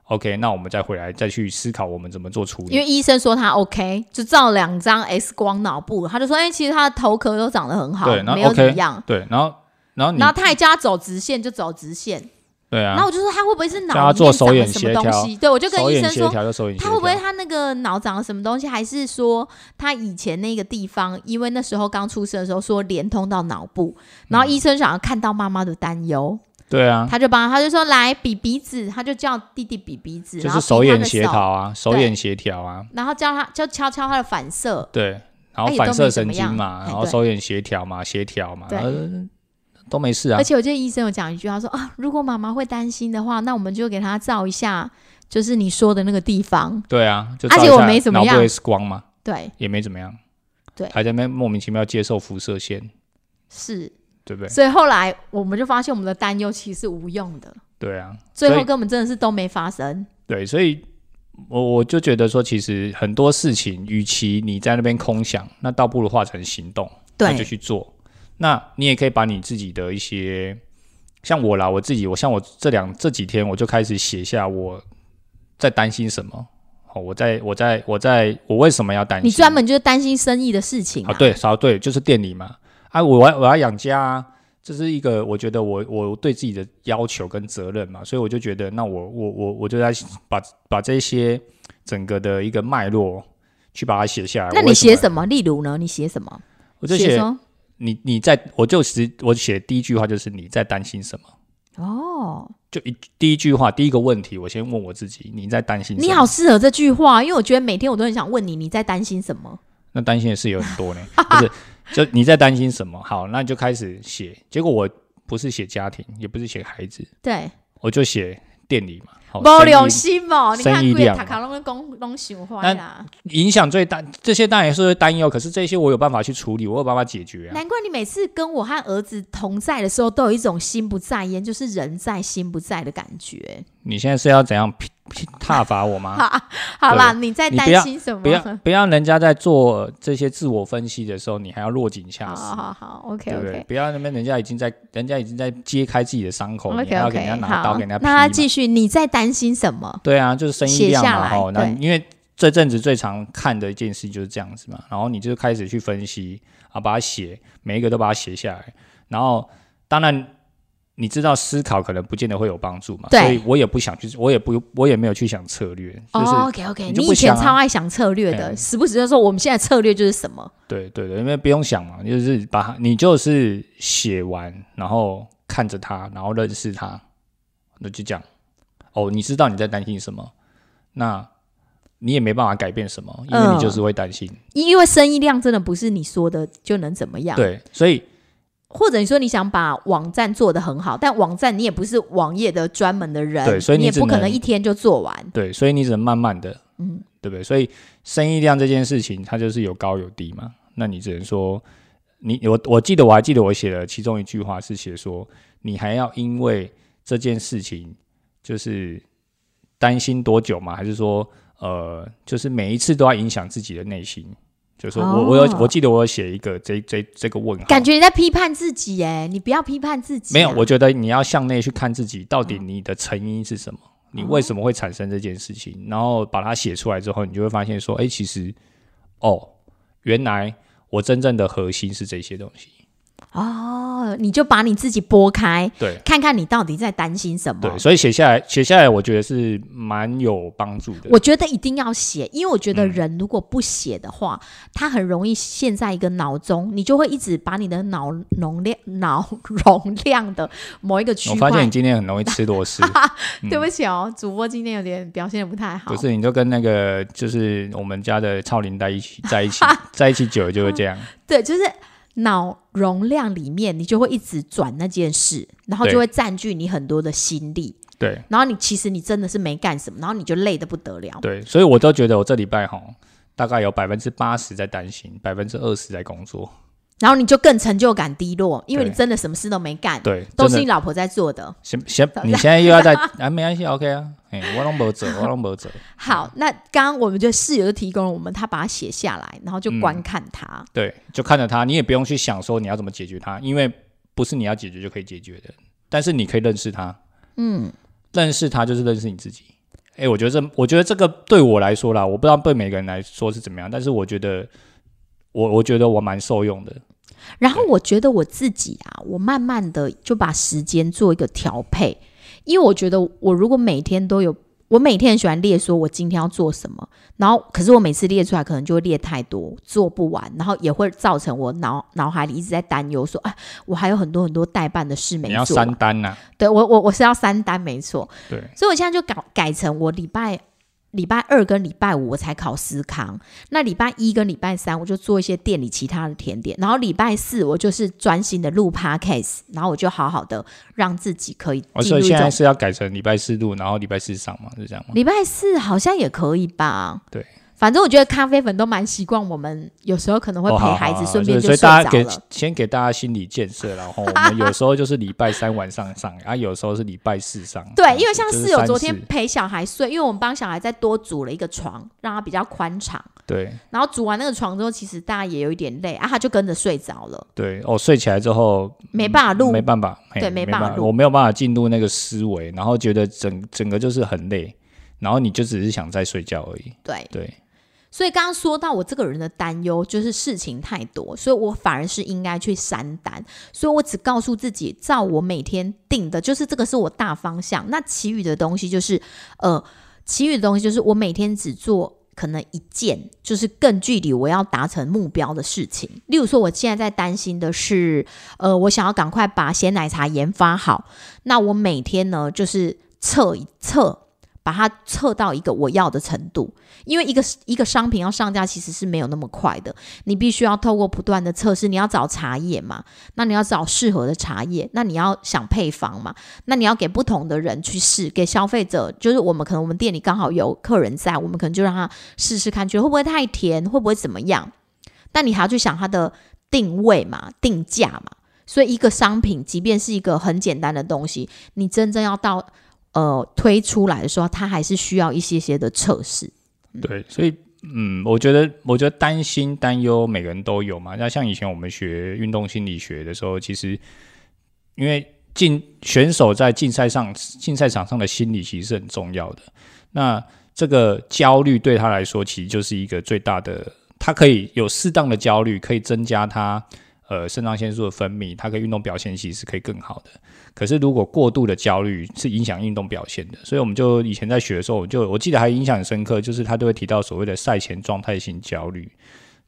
S2: ，OK，那我们再回来再去思考我们怎么做处理
S1: 因。为医生说他 OK，就照两张 X 光脑部，他就说，哎、其实他的头壳都长得很好，
S2: 对，然
S1: 没有
S2: 后
S1: 怎么
S2: OK，
S1: 样。
S2: 对，然后然后你
S1: 然后他还叫他走直线，就走直线。
S2: 对
S1: 然后
S2: 啊，
S1: 我就说他会不会是脑
S2: 叫他
S1: 里面
S2: 做手
S1: 长了
S2: 眼
S1: 什
S2: 协
S1: 么东
S2: 调
S1: 西？对，我就跟
S2: 手
S1: 医
S2: 眼
S1: 生
S2: 协
S1: 说，
S2: 调就手眼协
S1: 他
S2: 调，
S1: 会不会他那个脑长了什么东西？还是说他以前那个地方，因为那时候刚出生的时候说连通到脑部，然
S2: 嗯
S1: 后医生想要看到妈妈的担忧，
S2: 对啊，
S1: 他就帮他就说来比鼻子，他就叫弟弟比鼻子，
S2: 就
S1: 然后
S2: 是
S1: 比
S2: 手
S1: 他
S2: 眼
S1: 的
S2: 协
S1: 手
S2: 调，啊，手
S1: 对
S2: 眼协调啊，
S1: 然后叫他就敲敲他的反射，
S2: 对，然
S1: 哎
S2: 后
S1: 也都
S2: 反
S1: 没
S2: 射
S1: 怎
S2: 神
S1: 么
S2: 经
S1: 样
S2: 嘛，
S1: 哎
S2: 然后
S1: 对
S2: 手眼协调嘛，协调嘛，
S1: 对
S2: 呃都没事啊
S1: 而。且我记得医生有讲一句，他说啊，如果妈妈会担心的话，那我们就给她照一下，就是你说的那个地方，
S2: 对啊，就
S1: 而
S2: 照
S1: 且
S2: 一
S1: 我
S2: 下
S1: 没怎么
S2: 脑部
S1: 样
S2: X 光嘛，
S1: 对，
S2: 也没怎么样。
S1: 对
S2: 还在那边莫名其妙接受辐射线，
S1: 是。
S2: 对不对？
S1: 所以后来我们就发现，我们的担忧其实是无用的，
S2: 对啊，
S1: 最
S2: 所
S1: 后
S2: 以
S1: 根本真的是都没发生。
S2: 对，所以我我就觉得说，其实很多事情，与其你在那边空想，那倒不如化成行动。那就
S1: 对，
S2: 去做。那你也可以把你自己的一些，像我啦，我自己，我像我这两这几天，我就开始写下我在担心什么。好，我在我在我在我为什么要担心？
S1: 你专门就是担心生意的事情
S2: 啊，
S1: 啊，
S2: 对，少对，就是店里嘛。啊，我要我要养家、啊，这是一个我觉得我我对自己的要求跟责任嘛，所以我就觉得，那我我我我就在把把这些整个的一个脉络去把它写下来。
S1: 那
S2: 啊我
S1: 你
S2: 为什
S1: 写
S2: 么
S1: 什么？例如呢？你写什么？
S2: 我就
S1: 写
S2: 写
S1: 说
S2: 你你在我就是我写第一句话就是你在担心什么？
S1: 哦，
S2: 就一第一句话第一个问题，我先问我自己，你在担心什么？
S1: 你好，适合这句话，因为我觉得每天我都很想问你，你在担心什么？
S2: 那担心的事有很多呢，不是？就你在担心什么？好，那你就开始写。结果我不是写家庭，也不是写孩子，
S1: 对，
S2: 我就写店里嘛。好
S1: 无良
S2: 生
S1: 心哦，你看
S2: 生意
S1: 贵
S2: 量啊
S1: 塔卡拢讲拢想坏啦，
S2: 意影响最大，这些当然是会担忧，可是这些我有办法去处理，我有办法解决啊。
S1: 难怪你每次跟我和儿子同在的时候，都有一种心不在焉，就是人在心不在的感觉。
S2: 你现在是要怎样批批挞伐我吗？
S1: 好啦，你在
S2: 你
S1: 担
S2: 不要
S1: 心什么？
S2: 不要不要，人家在做呃这些自我分析的时候，你还要落井下
S1: 好
S2: 石。
S1: 好好，OK
S2: 对不对？
S1: OK。
S2: 不要那边人家已经在，人家已经在揭开自己的伤口
S1: OK
S2: 你还啊
S1: OK，
S2: 要给人家拿刀
S1: 好
S2: 给人家劈
S1: 那他
S2: 嘛。
S1: 继续，你在担心什么？
S2: 对啊，就是生意
S1: 写
S2: 量
S1: 下
S2: 嘛，
S1: 来
S2: 吼，那
S1: 对
S2: 因为这阵子最常看的一件事就是这样子嘛，然后你就开始去分析啊，把它写，每一个都把它写下来，然后当然你知道思考可能不见得会有帮助嘛，
S1: 对
S2: 所以我也不想去，我也不我也没有去想策略，就是、
S1: 哦，OK OK，
S2: 你就
S1: 你
S2: 不
S1: 以前
S2: 想啊
S1: 超爱想策略的，
S2: 哎
S1: 时不时就说我们现在策略就是什么。
S2: 对对对，因为不用想嘛，就是把它，你就是写完，然后看着它，然后认识它，那就这样。哦，你知道你在担心什么，那你也没办法改变什么，因为
S1: 嗯
S2: 你就是会担心。
S1: 因为生意量真的不是你说的就能怎么样，
S2: 对，所以
S1: 或者你说你想把网站做得很好，但网站你也不是网页的专门的人，
S2: 对所以
S1: 你
S2: 你
S1: 也
S2: 只
S1: 不可能
S2: 能
S1: 一天就做完。
S2: 对，所以你只能慢慢的，
S1: 嗯
S2: 嗯，对不对？所以生意量这件事情，它就是有高有低嘛。那你只能说，你我我记得我还记得我写了其中一句话是写说，你还要因为这件事情就是担心多久嘛？还是说，呃，就是每一次都要影响自己的内心？就是说我、我
S1: 哦
S2: 有我记得我有写一个这这这个问号，
S1: 感觉你在批判自己耶，你不要批判自己啊、嗯
S2: 没有，我觉得你要向内去看自己，到底你的成因是什么，你为什么会产生这件事情，然后把它写出来之后，你就会发现说，哎，其实，哦，原来我真正的核心是这些东西。
S1: 哦，你就把你自己拨开，
S2: 对
S1: 看看你到底在担心什么。
S2: 对，所以写下来，写下来，我觉得是蛮有帮助的。
S1: 我觉得一定要写，因为我觉
S2: 嗯
S1: 得人如果不写的话，他很容易陷在一个脑中，你就会一直把你的脑容量、脑容量的某一个区
S2: 我发现嗯
S1: 块
S2: 你。今天很容易吃 螺丝，
S1: 对不起哦，主播今天有点表现的不太好
S2: 不。是你就跟那个就是我们家的超龄在一起，在 一起，在一起久了就会这样。
S1: 对，就是脑容量里面，你就会一直转那件事，然后
S2: 对
S1: 就会占据你很多的心力，
S2: 对，
S1: 然后你其实你真的是没干什么，然后你就累得不得了。
S2: 对，哦所以我都觉得我这礼拜哈，大概有百分之八十在担心，百分之二十在工作。
S1: 然后你就更成就感低落，因为
S2: 对
S1: 你真的什么事都没干，
S2: 对，
S1: 都
S2: 真
S1: 是你
S2: 的，
S1: 老婆在做的。
S2: 先先，你现在又要在 啊，没关系，OK 啊，哎、我拢没走，我拢没 走。
S1: 好，那刚刚我们就室友就提供了我们，他把它写下来，然后
S2: 嗯
S1: 就观看它。
S2: 对，就看着他，你也不用去想说你要怎么解决它，因为不是你要解决就可以解决的，但是你可以认识他，
S1: 嗯，
S2: 认识他就是认识你自己。哎、我觉得这，我觉得这个对我来说啦，我不知道对每个人来说是怎么样，但是我觉得，我我觉得我蛮受用的。
S1: 然后我觉得我自己啊，我慢慢的就把时间做一个调配，因为我觉得我如果每天都有，我每天很喜欢列说我今天要做什么，然后可是我每次列出来可能就会列太多，做不完，然后也会造成我脑脑海里一直在担忧说，哎，我还有很多很多代办的事没
S2: 你要
S1: 做完
S2: 三单啊呐、
S1: 对我我我是要三单没错，
S2: 对，
S1: 所以我现在就改改成我礼拜礼拜二跟礼拜五我才考思康，那礼拜一跟礼拜三我就做一些店里其他的甜点，然后礼拜四我就是专心的录 podcast，然后我就好好的让自己可以
S2: 哦，
S1: 进
S2: 所
S1: 入
S2: 以
S1: 一
S2: 现在
S1: 种。
S2: 是要改成礼拜四录，然后礼拜四上嘛，是这样吗？
S1: 礼拜四好像也可以吧？
S2: 对，
S1: 反正我觉得咖啡粉都蛮习惯，我们有时候可能会
S2: 哦
S1: 陪
S2: 好
S1: 孩
S2: 好
S1: 子
S2: 好
S1: 顺
S2: 所
S1: 便
S2: 以
S1: 就
S2: 所
S1: 睡
S2: 以
S1: 着
S2: 大家给
S1: 了。
S2: 先给大家心理建设，然后我们有时候就是礼拜三晚上上，啊，有时候是礼拜四上。
S1: 对，因为像
S2: 哦就是
S1: 室友
S2: 三
S1: 昨
S2: 四
S1: 天陪小孩睡，因为我们帮小孩再多组了一个床，让他比较宽敞。
S2: 对
S1: 然后煮完那个床之后，其实大家也有一点累啊，他就跟着睡着了，
S2: 对哦，睡起来之后
S1: 没办法录。
S2: 嗯没办法，嘿
S1: 对没
S2: 没
S1: 办法录
S2: 我没有办法进入那个思维，然后觉得整整个就是很累，然后你就只是想再睡觉而已。
S1: 对，
S2: 对，
S1: 所以刚刚说到我这个人的担忧，就是事情太多，所以我反而是应该去删单，所以我只告诉自己，照我每天定的，就是这个是我大方向。那其余的东西就是，呃，其余的东西就是我每天只做。可能一件就是更距离我要达成目标的事情，例如说，我现在在担心的是，呃，我想要赶快把鲜奶茶研发好，那我每天呢就是测一测，把它测到一个我要的程度，因为一个一个商品要上架其实是没有那么快的，你必须要透过不断的测试，你要找茶叶嘛，那你要找适合的茶叶，那你要想配方嘛，那你要给不同的人去试，给消费者，就是我们可能我们店里刚好有客人在，我们可能就让他试试看，觉得会不会太甜，会不会怎么样，但你还要去想它的定位嘛，定价嘛。所以，一个商品，即便是一个很简单的东西，你真正要到呃推出来的时候，它还是需要一些些的测试。
S2: 对，所以嗯，我觉得我觉得担心担忧每个人都有嘛。那像以前我们学运动心理学的时候，其实因为竞选手在竞赛上竞赛场上的心理其实是很重要的。那这个焦虑对他来说，其实就是一个最大的，他可以有适当的焦虑，可以增加他呃肾上腺素的分泌，它跟运动表现其实是可以更好的。可是如果过度的焦虑是影响运动表现的，所以我们就以前在学的时候，我就我记得还印象很深刻，就是他都会提到所谓的赛前状态性焦虑，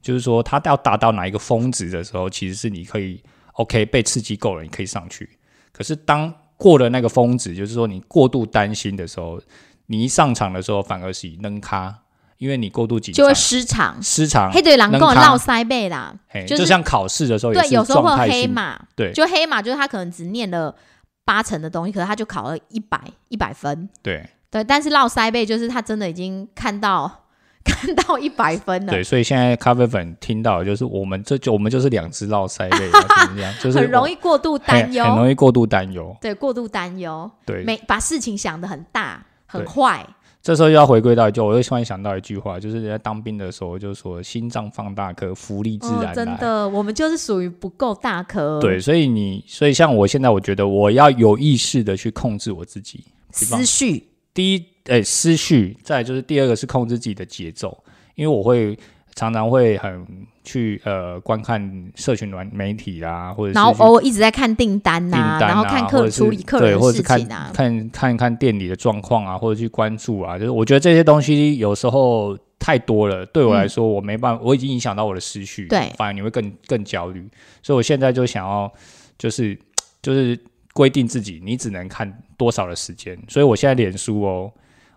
S2: 就是说他要达到哪一个峰值的时候，其实是你可以 OK 被刺激够了，你可以上去。可是当过了那个峰值，就是说你过度担心的时候，你一上场的时候反而是以扔咖，因为你过度紧
S1: 就
S2: 张
S1: 会。失常。
S2: 失常，
S1: 黑对狼跟我
S2: 能卡
S1: 绕腮背啦，
S2: 嘿
S1: 就是
S2: 就像考试的时候也
S1: 对，
S2: 是
S1: 有时候会
S2: 状
S1: 有
S2: 态
S1: 黑
S2: 性
S1: 马，
S2: 对
S1: 就黑马就是他可能只念了八成的东西，可是他就考了一百一百分，
S2: 对
S1: 对，但是绕腮背就是他真的已经看到 看到一百分了，
S2: 对，所以现在咖啡粉听到的就是我们这就我们就是两只绕腮 类啊，就是这样，就是
S1: 很容
S2: 易
S1: 易过度担
S2: 很
S1: 忧，
S2: 容易过度担忧。
S1: 对，过度担忧，
S2: 对，
S1: 每把事情想得很大很
S2: 对
S1: 坏，
S2: 这时候又要回归到一句，我又突然想到一句话，就是人家当兵的时候就说心脏放大颗，福利自
S1: 哦、
S2: 然
S1: 真
S2: 来。
S1: 的，我们就是属于不够大颗，
S2: 对，，所以你，所以像我现在，我觉得我要有意识的去控制我自己。比方
S1: 思绪
S2: 第一，诶、思绪；再来就是第二个是控制自己的节奏，因为我会常常会很去呃观看社群软媒体啦，或者是
S1: 然后
S2: 去
S1: 偶尔一直在看订单呐、
S2: 订单啊，
S1: 然后看
S2: 或
S1: 客
S2: 者是
S1: 处理客
S2: 对
S1: 人
S2: 或
S1: 的
S2: 者是
S1: 事
S2: 看
S1: 情啊，
S2: 看看看店里的状况啊，或者去关注啊，就是我觉得这些东西有时候太多了，对我来说、我没办法，我已经影响到我的思绪，
S1: 对
S2: 反而你会更更焦虑，所以我现在就想要就是就是规定自己，你只能看多少的时间，所以我现在脸书哦，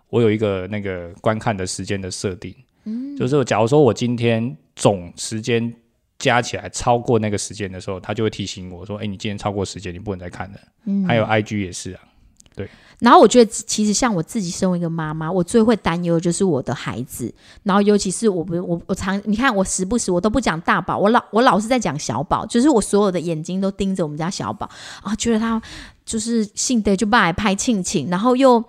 S2: 我有一个那个观看的时间的设定，嗯，就是我假如说我今天总时间加起来超过那个时间的时候，他就会提醒我说：“哎、你今天超过时间，你不能再看了。
S1: 嗯
S2: 还有 IG 也是啊，
S1: 然后我觉得，其实像我自己身为一个妈妈，我最会担忧的就是我的孩子。然后尤其是我不，我我常你看我时不时我都不讲大宝，我老我老是在讲小宝，就是我所有的眼睛都盯着我们家小宝啊，觉得他就是性得就拜拍庆庆，然后又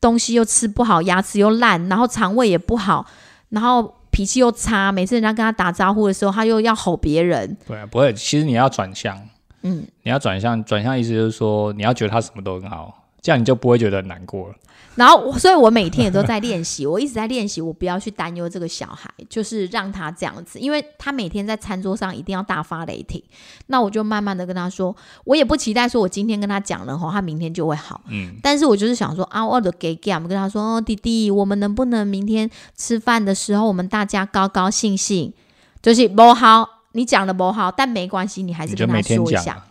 S1: 东西又吃不好，牙齿又烂，然后肠胃也不好，然后脾气又差，每次人家跟他打招呼的时候，他又要吼别人。
S2: 对啊，不会。其实你要转向，
S1: 嗯，
S2: 你要转向，转向意思就是说你要觉得他什么都很好，这样你就不会觉得很难过了。
S1: 然后我，所以我每天也都在练习，我一直在练习，我不要去担忧这个小孩，就是让他这样子，因为他每天在餐桌上一定要大发雷霆。那我就慢慢的跟他说，我也不期待说我今天跟他讲了吼，他明天就会好。
S2: 嗯，
S1: 但是我就是想说啊，我的给 gam 跟他说，哦，弟弟，我们能不能明天吃饭的时候，我们大家高高兴兴，就是不好，你讲的不好，但没关系，你还
S2: 你
S1: 是
S2: 就
S1: 跟他
S2: 每天
S1: 说一
S2: 讲
S1: 下。
S2: 啊、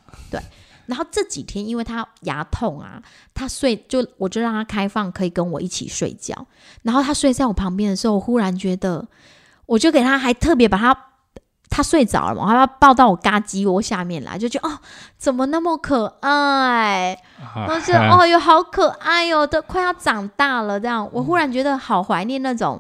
S1: 然后这几天因为他牙痛啊，他睡就我就让他开放可以跟我一起睡觉。然后他睡在我旁边的时候，我忽然觉得，我就给他还特别把他他睡着了嘛，然后他抱到我嘎鸡窝下面来，就觉得哦，怎么那么可爱？
S2: 啊
S1: 然后就 哦哟，好可爱哟、都快要长大了这样。我
S2: 嗯
S1: 忽然觉得好怀念那种。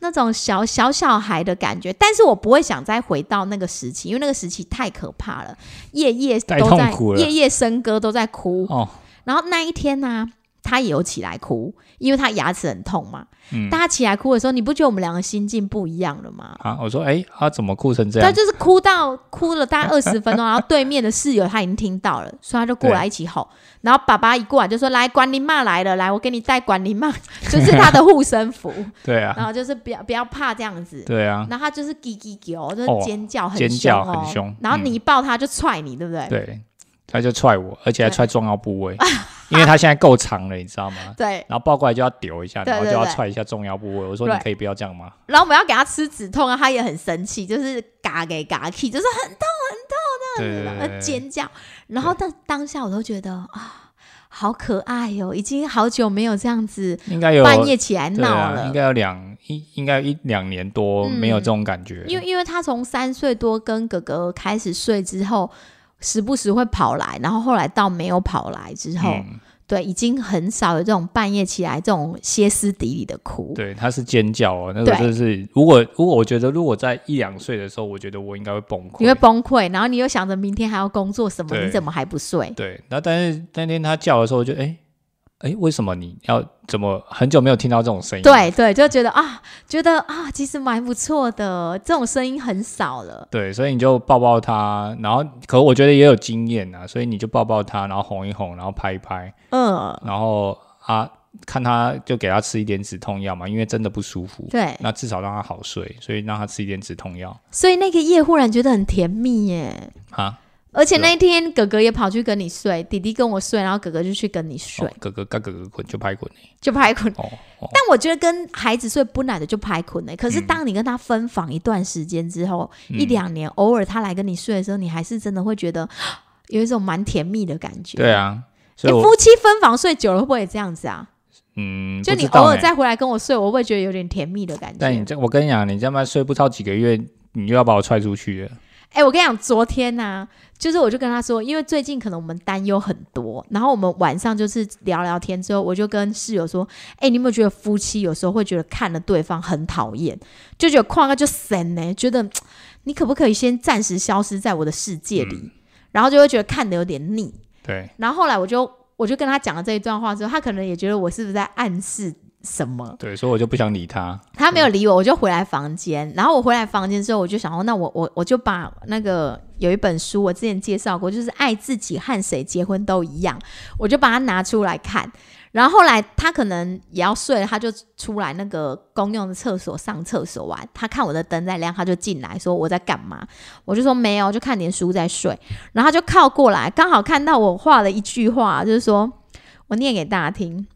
S1: 那种小小小孩的感觉，但是我不会想再回到那个时期，因为那个时期太可怕了，夜夜
S2: 太
S1: 都
S2: 痛
S1: 在
S2: 苦了
S1: 夜夜笙歌都在哭。
S2: 哦，
S1: 然后那一天呢、他也有起来哭，因为他牙齿很痛嘛。
S2: 嗯
S1: 大家起来哭的时候，你不觉得我们两个心境不一样了吗？
S2: 啊，我说哎，他、怎么哭成这
S1: 他
S2: 样？
S1: 就是哭到哭了大概二十分 钟，然后对面的室友他已经听到了，所以他就过来一起吼。然后爸爸一过来就说：“来，管林骂来了，来，我给你带管 林骂，就是他的护身符。
S2: 对”
S1: 然
S2: 啊，
S1: 后就是不要不要怕这样子。
S2: 对啊，
S1: 然后他就是叽叽叫，就是
S2: 哦
S1: 尖叫，很
S2: 尖
S1: 凶
S2: 叫
S1: 哦。
S2: 很凶嗯
S1: 然后你一抱他就踹你，对不对？
S2: 对，他就踹我，而且还踹重要部位，因为他现在够长了，你知道吗？
S1: 对。
S2: 然后抱过来就要丢一下，
S1: 对
S2: 然后就
S1: 对
S2: 要
S1: 对
S2: 踹一下重要部位。我说
S1: 对
S2: 你可以不要这样吗？
S1: 然后我们要给他吃止痛啊，他也很生气，就是嘎给嘎气，就是很
S2: 对
S1: 对吧
S2: 对对对
S1: 尖叫。然后当当下我都觉得啊，好可爱哟、已经好久没有这样子
S2: 应该有
S1: 半夜起来
S2: 对
S1: 闹
S2: 啊，
S1: 了嗯
S2: 应。该有两一应该有一两年多没有这种感觉，
S1: 因为因为他从三岁多跟哥哥开始睡之后，时不时会跑来，然后后来到没有跑来之后，
S2: 嗯、
S1: 对，已经很少有这种半夜起来这种歇斯底里的哭。
S2: 对他是尖叫哦，那个
S1: 对
S2: 真的是如果如果我觉得如果在一两岁的时候，我觉得我应该会崩溃，
S1: 你会崩溃，然后你又想着明天还要工作什么，
S2: 对
S1: 你怎么还不睡？
S2: 对，那但是那天他叫的时候我就哎。哎，为什么你要怎么很久没有听到这种声音？
S1: 对对，就觉得啊，觉得啊，其实蛮不错的，这种声音很少了。
S2: 对，所以你就抱抱他，然后可我觉得也有经验啊，所以你就抱抱他，然后哄一哄，然后拍一拍，
S1: 嗯，
S2: 然后啊，看他就给他吃一点止痛药嘛，因为真的不舒服。
S1: 对，
S2: 那至少让他好睡，所以让他吃一点止痛药
S1: 所以那个夜忽然觉得很甜蜜耶。
S2: 啊。
S1: 而且那一天哥哥也跑去跟你睡，弟弟跟我睡，然后哥哥就去跟你睡，
S2: 哦哥哥嘎哥哥滚就拍滚欸
S1: 就拍捆。
S2: 哦哦，
S1: 但我觉得跟孩子睡不难的就拍捆了。可
S2: 嗯
S1: 是当你跟他分房一段时间之后，一两年，偶尔他来跟你睡的时候，你还是真的会觉得 有一种蛮甜蜜的感觉。
S2: 对。啊，
S1: 哎，
S2: 所以我
S1: 夫妻分房睡久了会不会也这样子啊？
S2: 嗯，
S1: 就
S2: 不
S1: 你
S2: 知
S1: 偶
S2: 道
S1: 尔
S2: 呢
S1: 再回来跟我睡，我会觉得有点甜蜜的感
S2: 但你
S1: 觉。
S2: 这，我跟你讲，你这么睡不超几个月，你又要把我踹出去了。
S1: 哎、我跟你讲，昨天呢、就是我就跟他说，因为最近可能我们担忧很多，然后我们晚上就是聊聊天之后，我就跟室友说，哎、你有没有觉得夫妻有时候会觉得看了对方很讨厌，就觉得旷个就神呢、觉得嘖你可不可以先暂时消失在我的世界里，然后就会觉得看的有点腻。
S2: 对，
S1: 然后后来我就我就跟他讲了这一段话之后，他可能也觉得我是不是在暗示什么，
S2: 对，所以我就不想理他。
S1: 他没有理我，我就回来房间。然后我回来房间之后，我就想说，那我我我就把那个有一本书，我之前介绍过，就是《爱自己和谁结婚都一样》，我就把它拿出来看。然后后来他可能也要睡了，他就出来那个公用的厕所上厕所完，他看我的灯在亮，他就进来说我在干嘛？我就说没有，就看点书在睡。然后他就靠过来，刚好看到我画了一句话，就是说我念给大家听。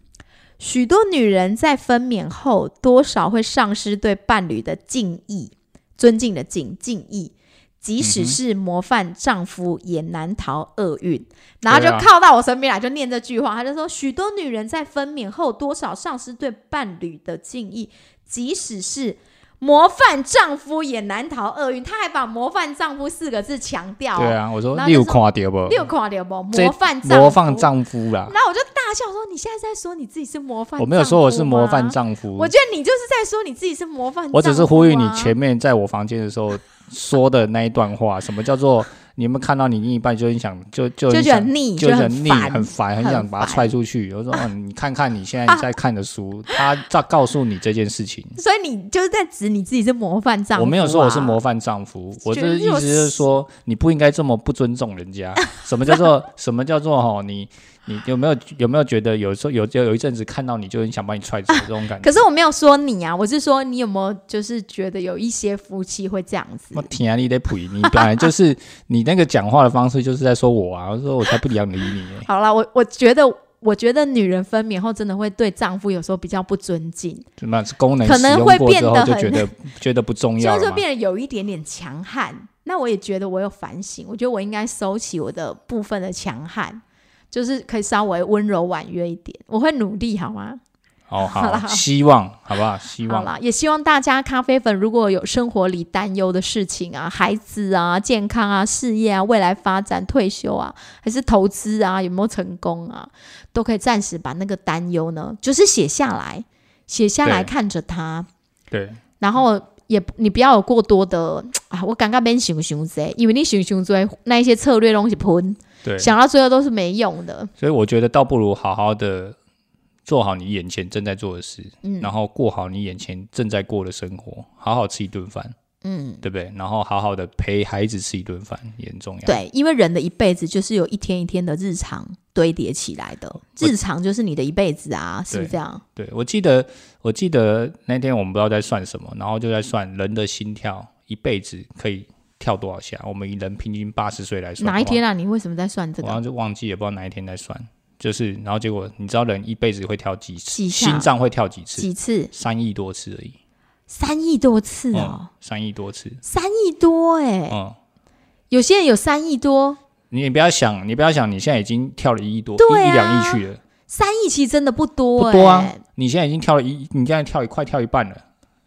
S1: 许多女人在分娩后，多少会丧失对伴侣的敬意、尊敬的敬敬
S2: 嗯
S1: 意，即使是模范丈夫，也难逃厄运。然后就
S2: 对啊
S1: 靠到我身边来，就念这句话，他就说：许多女人在分娩后，多少丧失对伴侣的敬意，即使是。模范丈夫也难逃厄运，他还把“模范丈夫”四个字强调、
S2: 对啊，我说
S1: 然后
S2: 你
S1: 就
S2: 有
S1: 说
S2: 看到不
S1: 你？有看到不？
S2: 这
S1: 模范丈夫，
S2: 模范丈夫啦，
S1: 然后我就大笑说：“你现在在说你自己是模范？”
S2: 我没有说我是模范。丈夫，
S1: 我觉得你就是在说你自己是模范、
S2: 我只是呼吁你前。面在我房间的 时候说的那一段话，什么叫做你有没有看到你另一半就很想就
S1: 就
S2: 就
S1: 觉
S2: 很
S1: 得
S2: 想
S1: 腻
S2: 就
S1: 就
S2: 很
S1: 很
S2: 腻
S1: 烦
S2: 很烦，很
S1: 很
S2: 想把他
S1: 烦啊
S2: 踹出去。我说、哦，你看看你现在在看的书，他在告诉你这件事情。
S1: 所以你就是在指你自己是模范丈夫、
S2: 我没有说我是模，范丈夫，我
S1: 啊就
S2: 这
S1: 是
S2: 意思就是说，你不应该这么不尊重人 家。什么叫做什么叫做哈？你你有没有有没有觉得有时候有有有一阵子看到你就很想把你踹走这种感觉
S1: 可？是我没有说你啊，我是说你有没有就是觉得有一些夫妻会这样子
S2: 我？天啊，你得陪你，本来就是你那个讲话的方式就是在说我啊，我说我才不想理你欸。
S1: 好了，我我觉得。我觉得女人分娩后真的会对丈夫有时候比较不尊敬，
S2: 怎么样功能
S1: 可
S2: 使
S1: 能
S2: 用
S1: 会
S2: 过
S1: 变
S2: 之后
S1: 得
S2: 就
S1: 很
S2: 觉 得觉得不重要
S1: 就是会
S2: 了嘛？
S1: 变得有一点点强悍。那我也觉得我有反省，我觉得我应该收起我的部分的强悍，就是可以稍微温柔婉约一点。我会努力，好吗？
S2: 哦，
S1: 好啦
S2: 好，希望好不好？希
S1: 好
S2: 望
S1: 啦，也希望大家咖啡粉如果有生活里担忧的事情啊，孩子啊、健康啊、事业啊、未来发展、退休啊，还是投资啊，有没有成功啊，都可以暂时把那个担忧呢，就是写下来，写下来
S2: 对
S1: 看着它，
S2: 对
S1: 然后也你不要有过多的啊，我感觉免想想这，因为你想想这那一些策略东西喷，
S2: 对，
S1: 想到最后都是没用的。
S2: 所以我觉得倒不如好好的做好你眼前正在做的事，
S1: 嗯
S2: 然后过好你眼前正在过的生活，好好吃一顿饭，
S1: 嗯，
S2: 对不对？然后好好的陪孩子吃一顿饭也很重要。
S1: 对，因为人的一辈子就是有一天一天的日常堆叠起来的，日常就是你的一辈子啊，是不是
S2: 对
S1: 这样？
S2: 对，我记得我记得那天我们不知道在算什么，然后就在算人的心跳一辈子可以跳多少下。我们以人平均八十岁来算，
S1: 哪一天啊？你为什么在算这
S2: 我好
S1: 个？
S2: 像就忘记，也不知道哪一天在算。就是，然后结果你知道人一辈子会跳几次？
S1: 几下
S2: 心脏会跳几次？
S1: 几次？
S2: 三亿多次而已。
S1: 三亿多次
S2: 嗯
S1: 哦，，
S2: 三亿多次。
S1: 三亿多哎、
S2: 嗯，
S1: 有些人有三亿多，
S2: 你也不要想，你不要想，你现在已经跳了一亿多，
S1: 对啊
S2: 一一两亿去了，
S1: 三亿其实真的不多、
S2: 不
S1: 欸，
S2: 多啊。你现在已经跳了一，你现在跳一快跳一半了，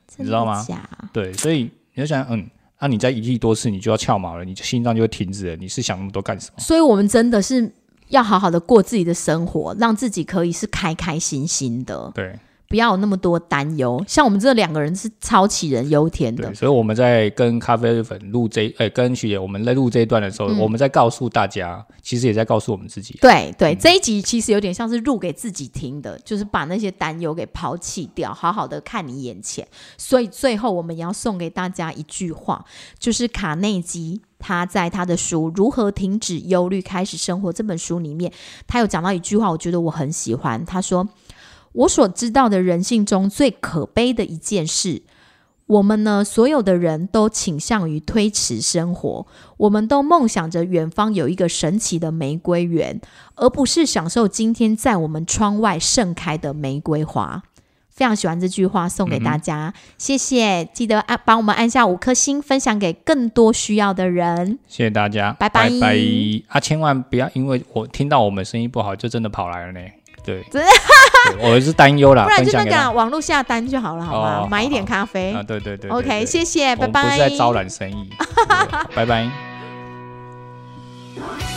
S1: 真的
S2: 你知道吗
S1: 假？
S2: 对，所以你就想，嗯，那、你在一亿多次，你就要翘毛了，你就心脏就会停止了，你是想那么多干什么？
S1: 所以我们真的是要好好的过自己的生活，让自己可以是开开心心的，
S2: 对
S1: 不要有那么多担忧。像我们这两个人是超杞人忧天的
S2: 对，，所以我们在跟咖啡粉录这，哎、跟徐姐我们在录这一段的
S1: 嗯
S2: 时候，我们在告诉大家，其实也在告诉我们自己，
S1: 对对，这一集其实有点像是录给自己听的，就是把那些担忧给抛弃掉，好好的看你眼前。所以最后我们也要送给大家一句话，就是卡内基他在他的书《如何停止忧虑开始生活》这本书里面，他有讲到一句话，我觉得我很喜欢。他说：“我所知道的人性中最可悲的一件事，我们呢所有的人都倾向于推迟生活，我们都梦想着远方有一个神奇的玫瑰园，而不是享受今天在我们窗外盛开的玫瑰花。非常喜欢这句话，送给
S2: 嗯
S1: 大家，谢谢！记得按帮我们按下五颗星，分享给更多需要的人。
S2: 谢谢大家，
S1: 拜拜
S2: 拜啊！千万不要因为我听到我们生意不好就真的跑来了呢。 对，
S1: 真
S2: 对我是担忧啦，
S1: 不然
S2: 分
S1: 就那
S2: 享给
S1: 个啊
S2: 大
S1: 网络下单就好了，好吗？
S2: 哦
S1: 买一点
S2: 好
S1: 咖啡。
S2: 家啊，对对对对
S1: OK，
S2: 对
S1: 谢谢，
S2: 我
S1: 拜
S2: 们不
S1: 拜。
S2: 是在招揽生意，对拜拜。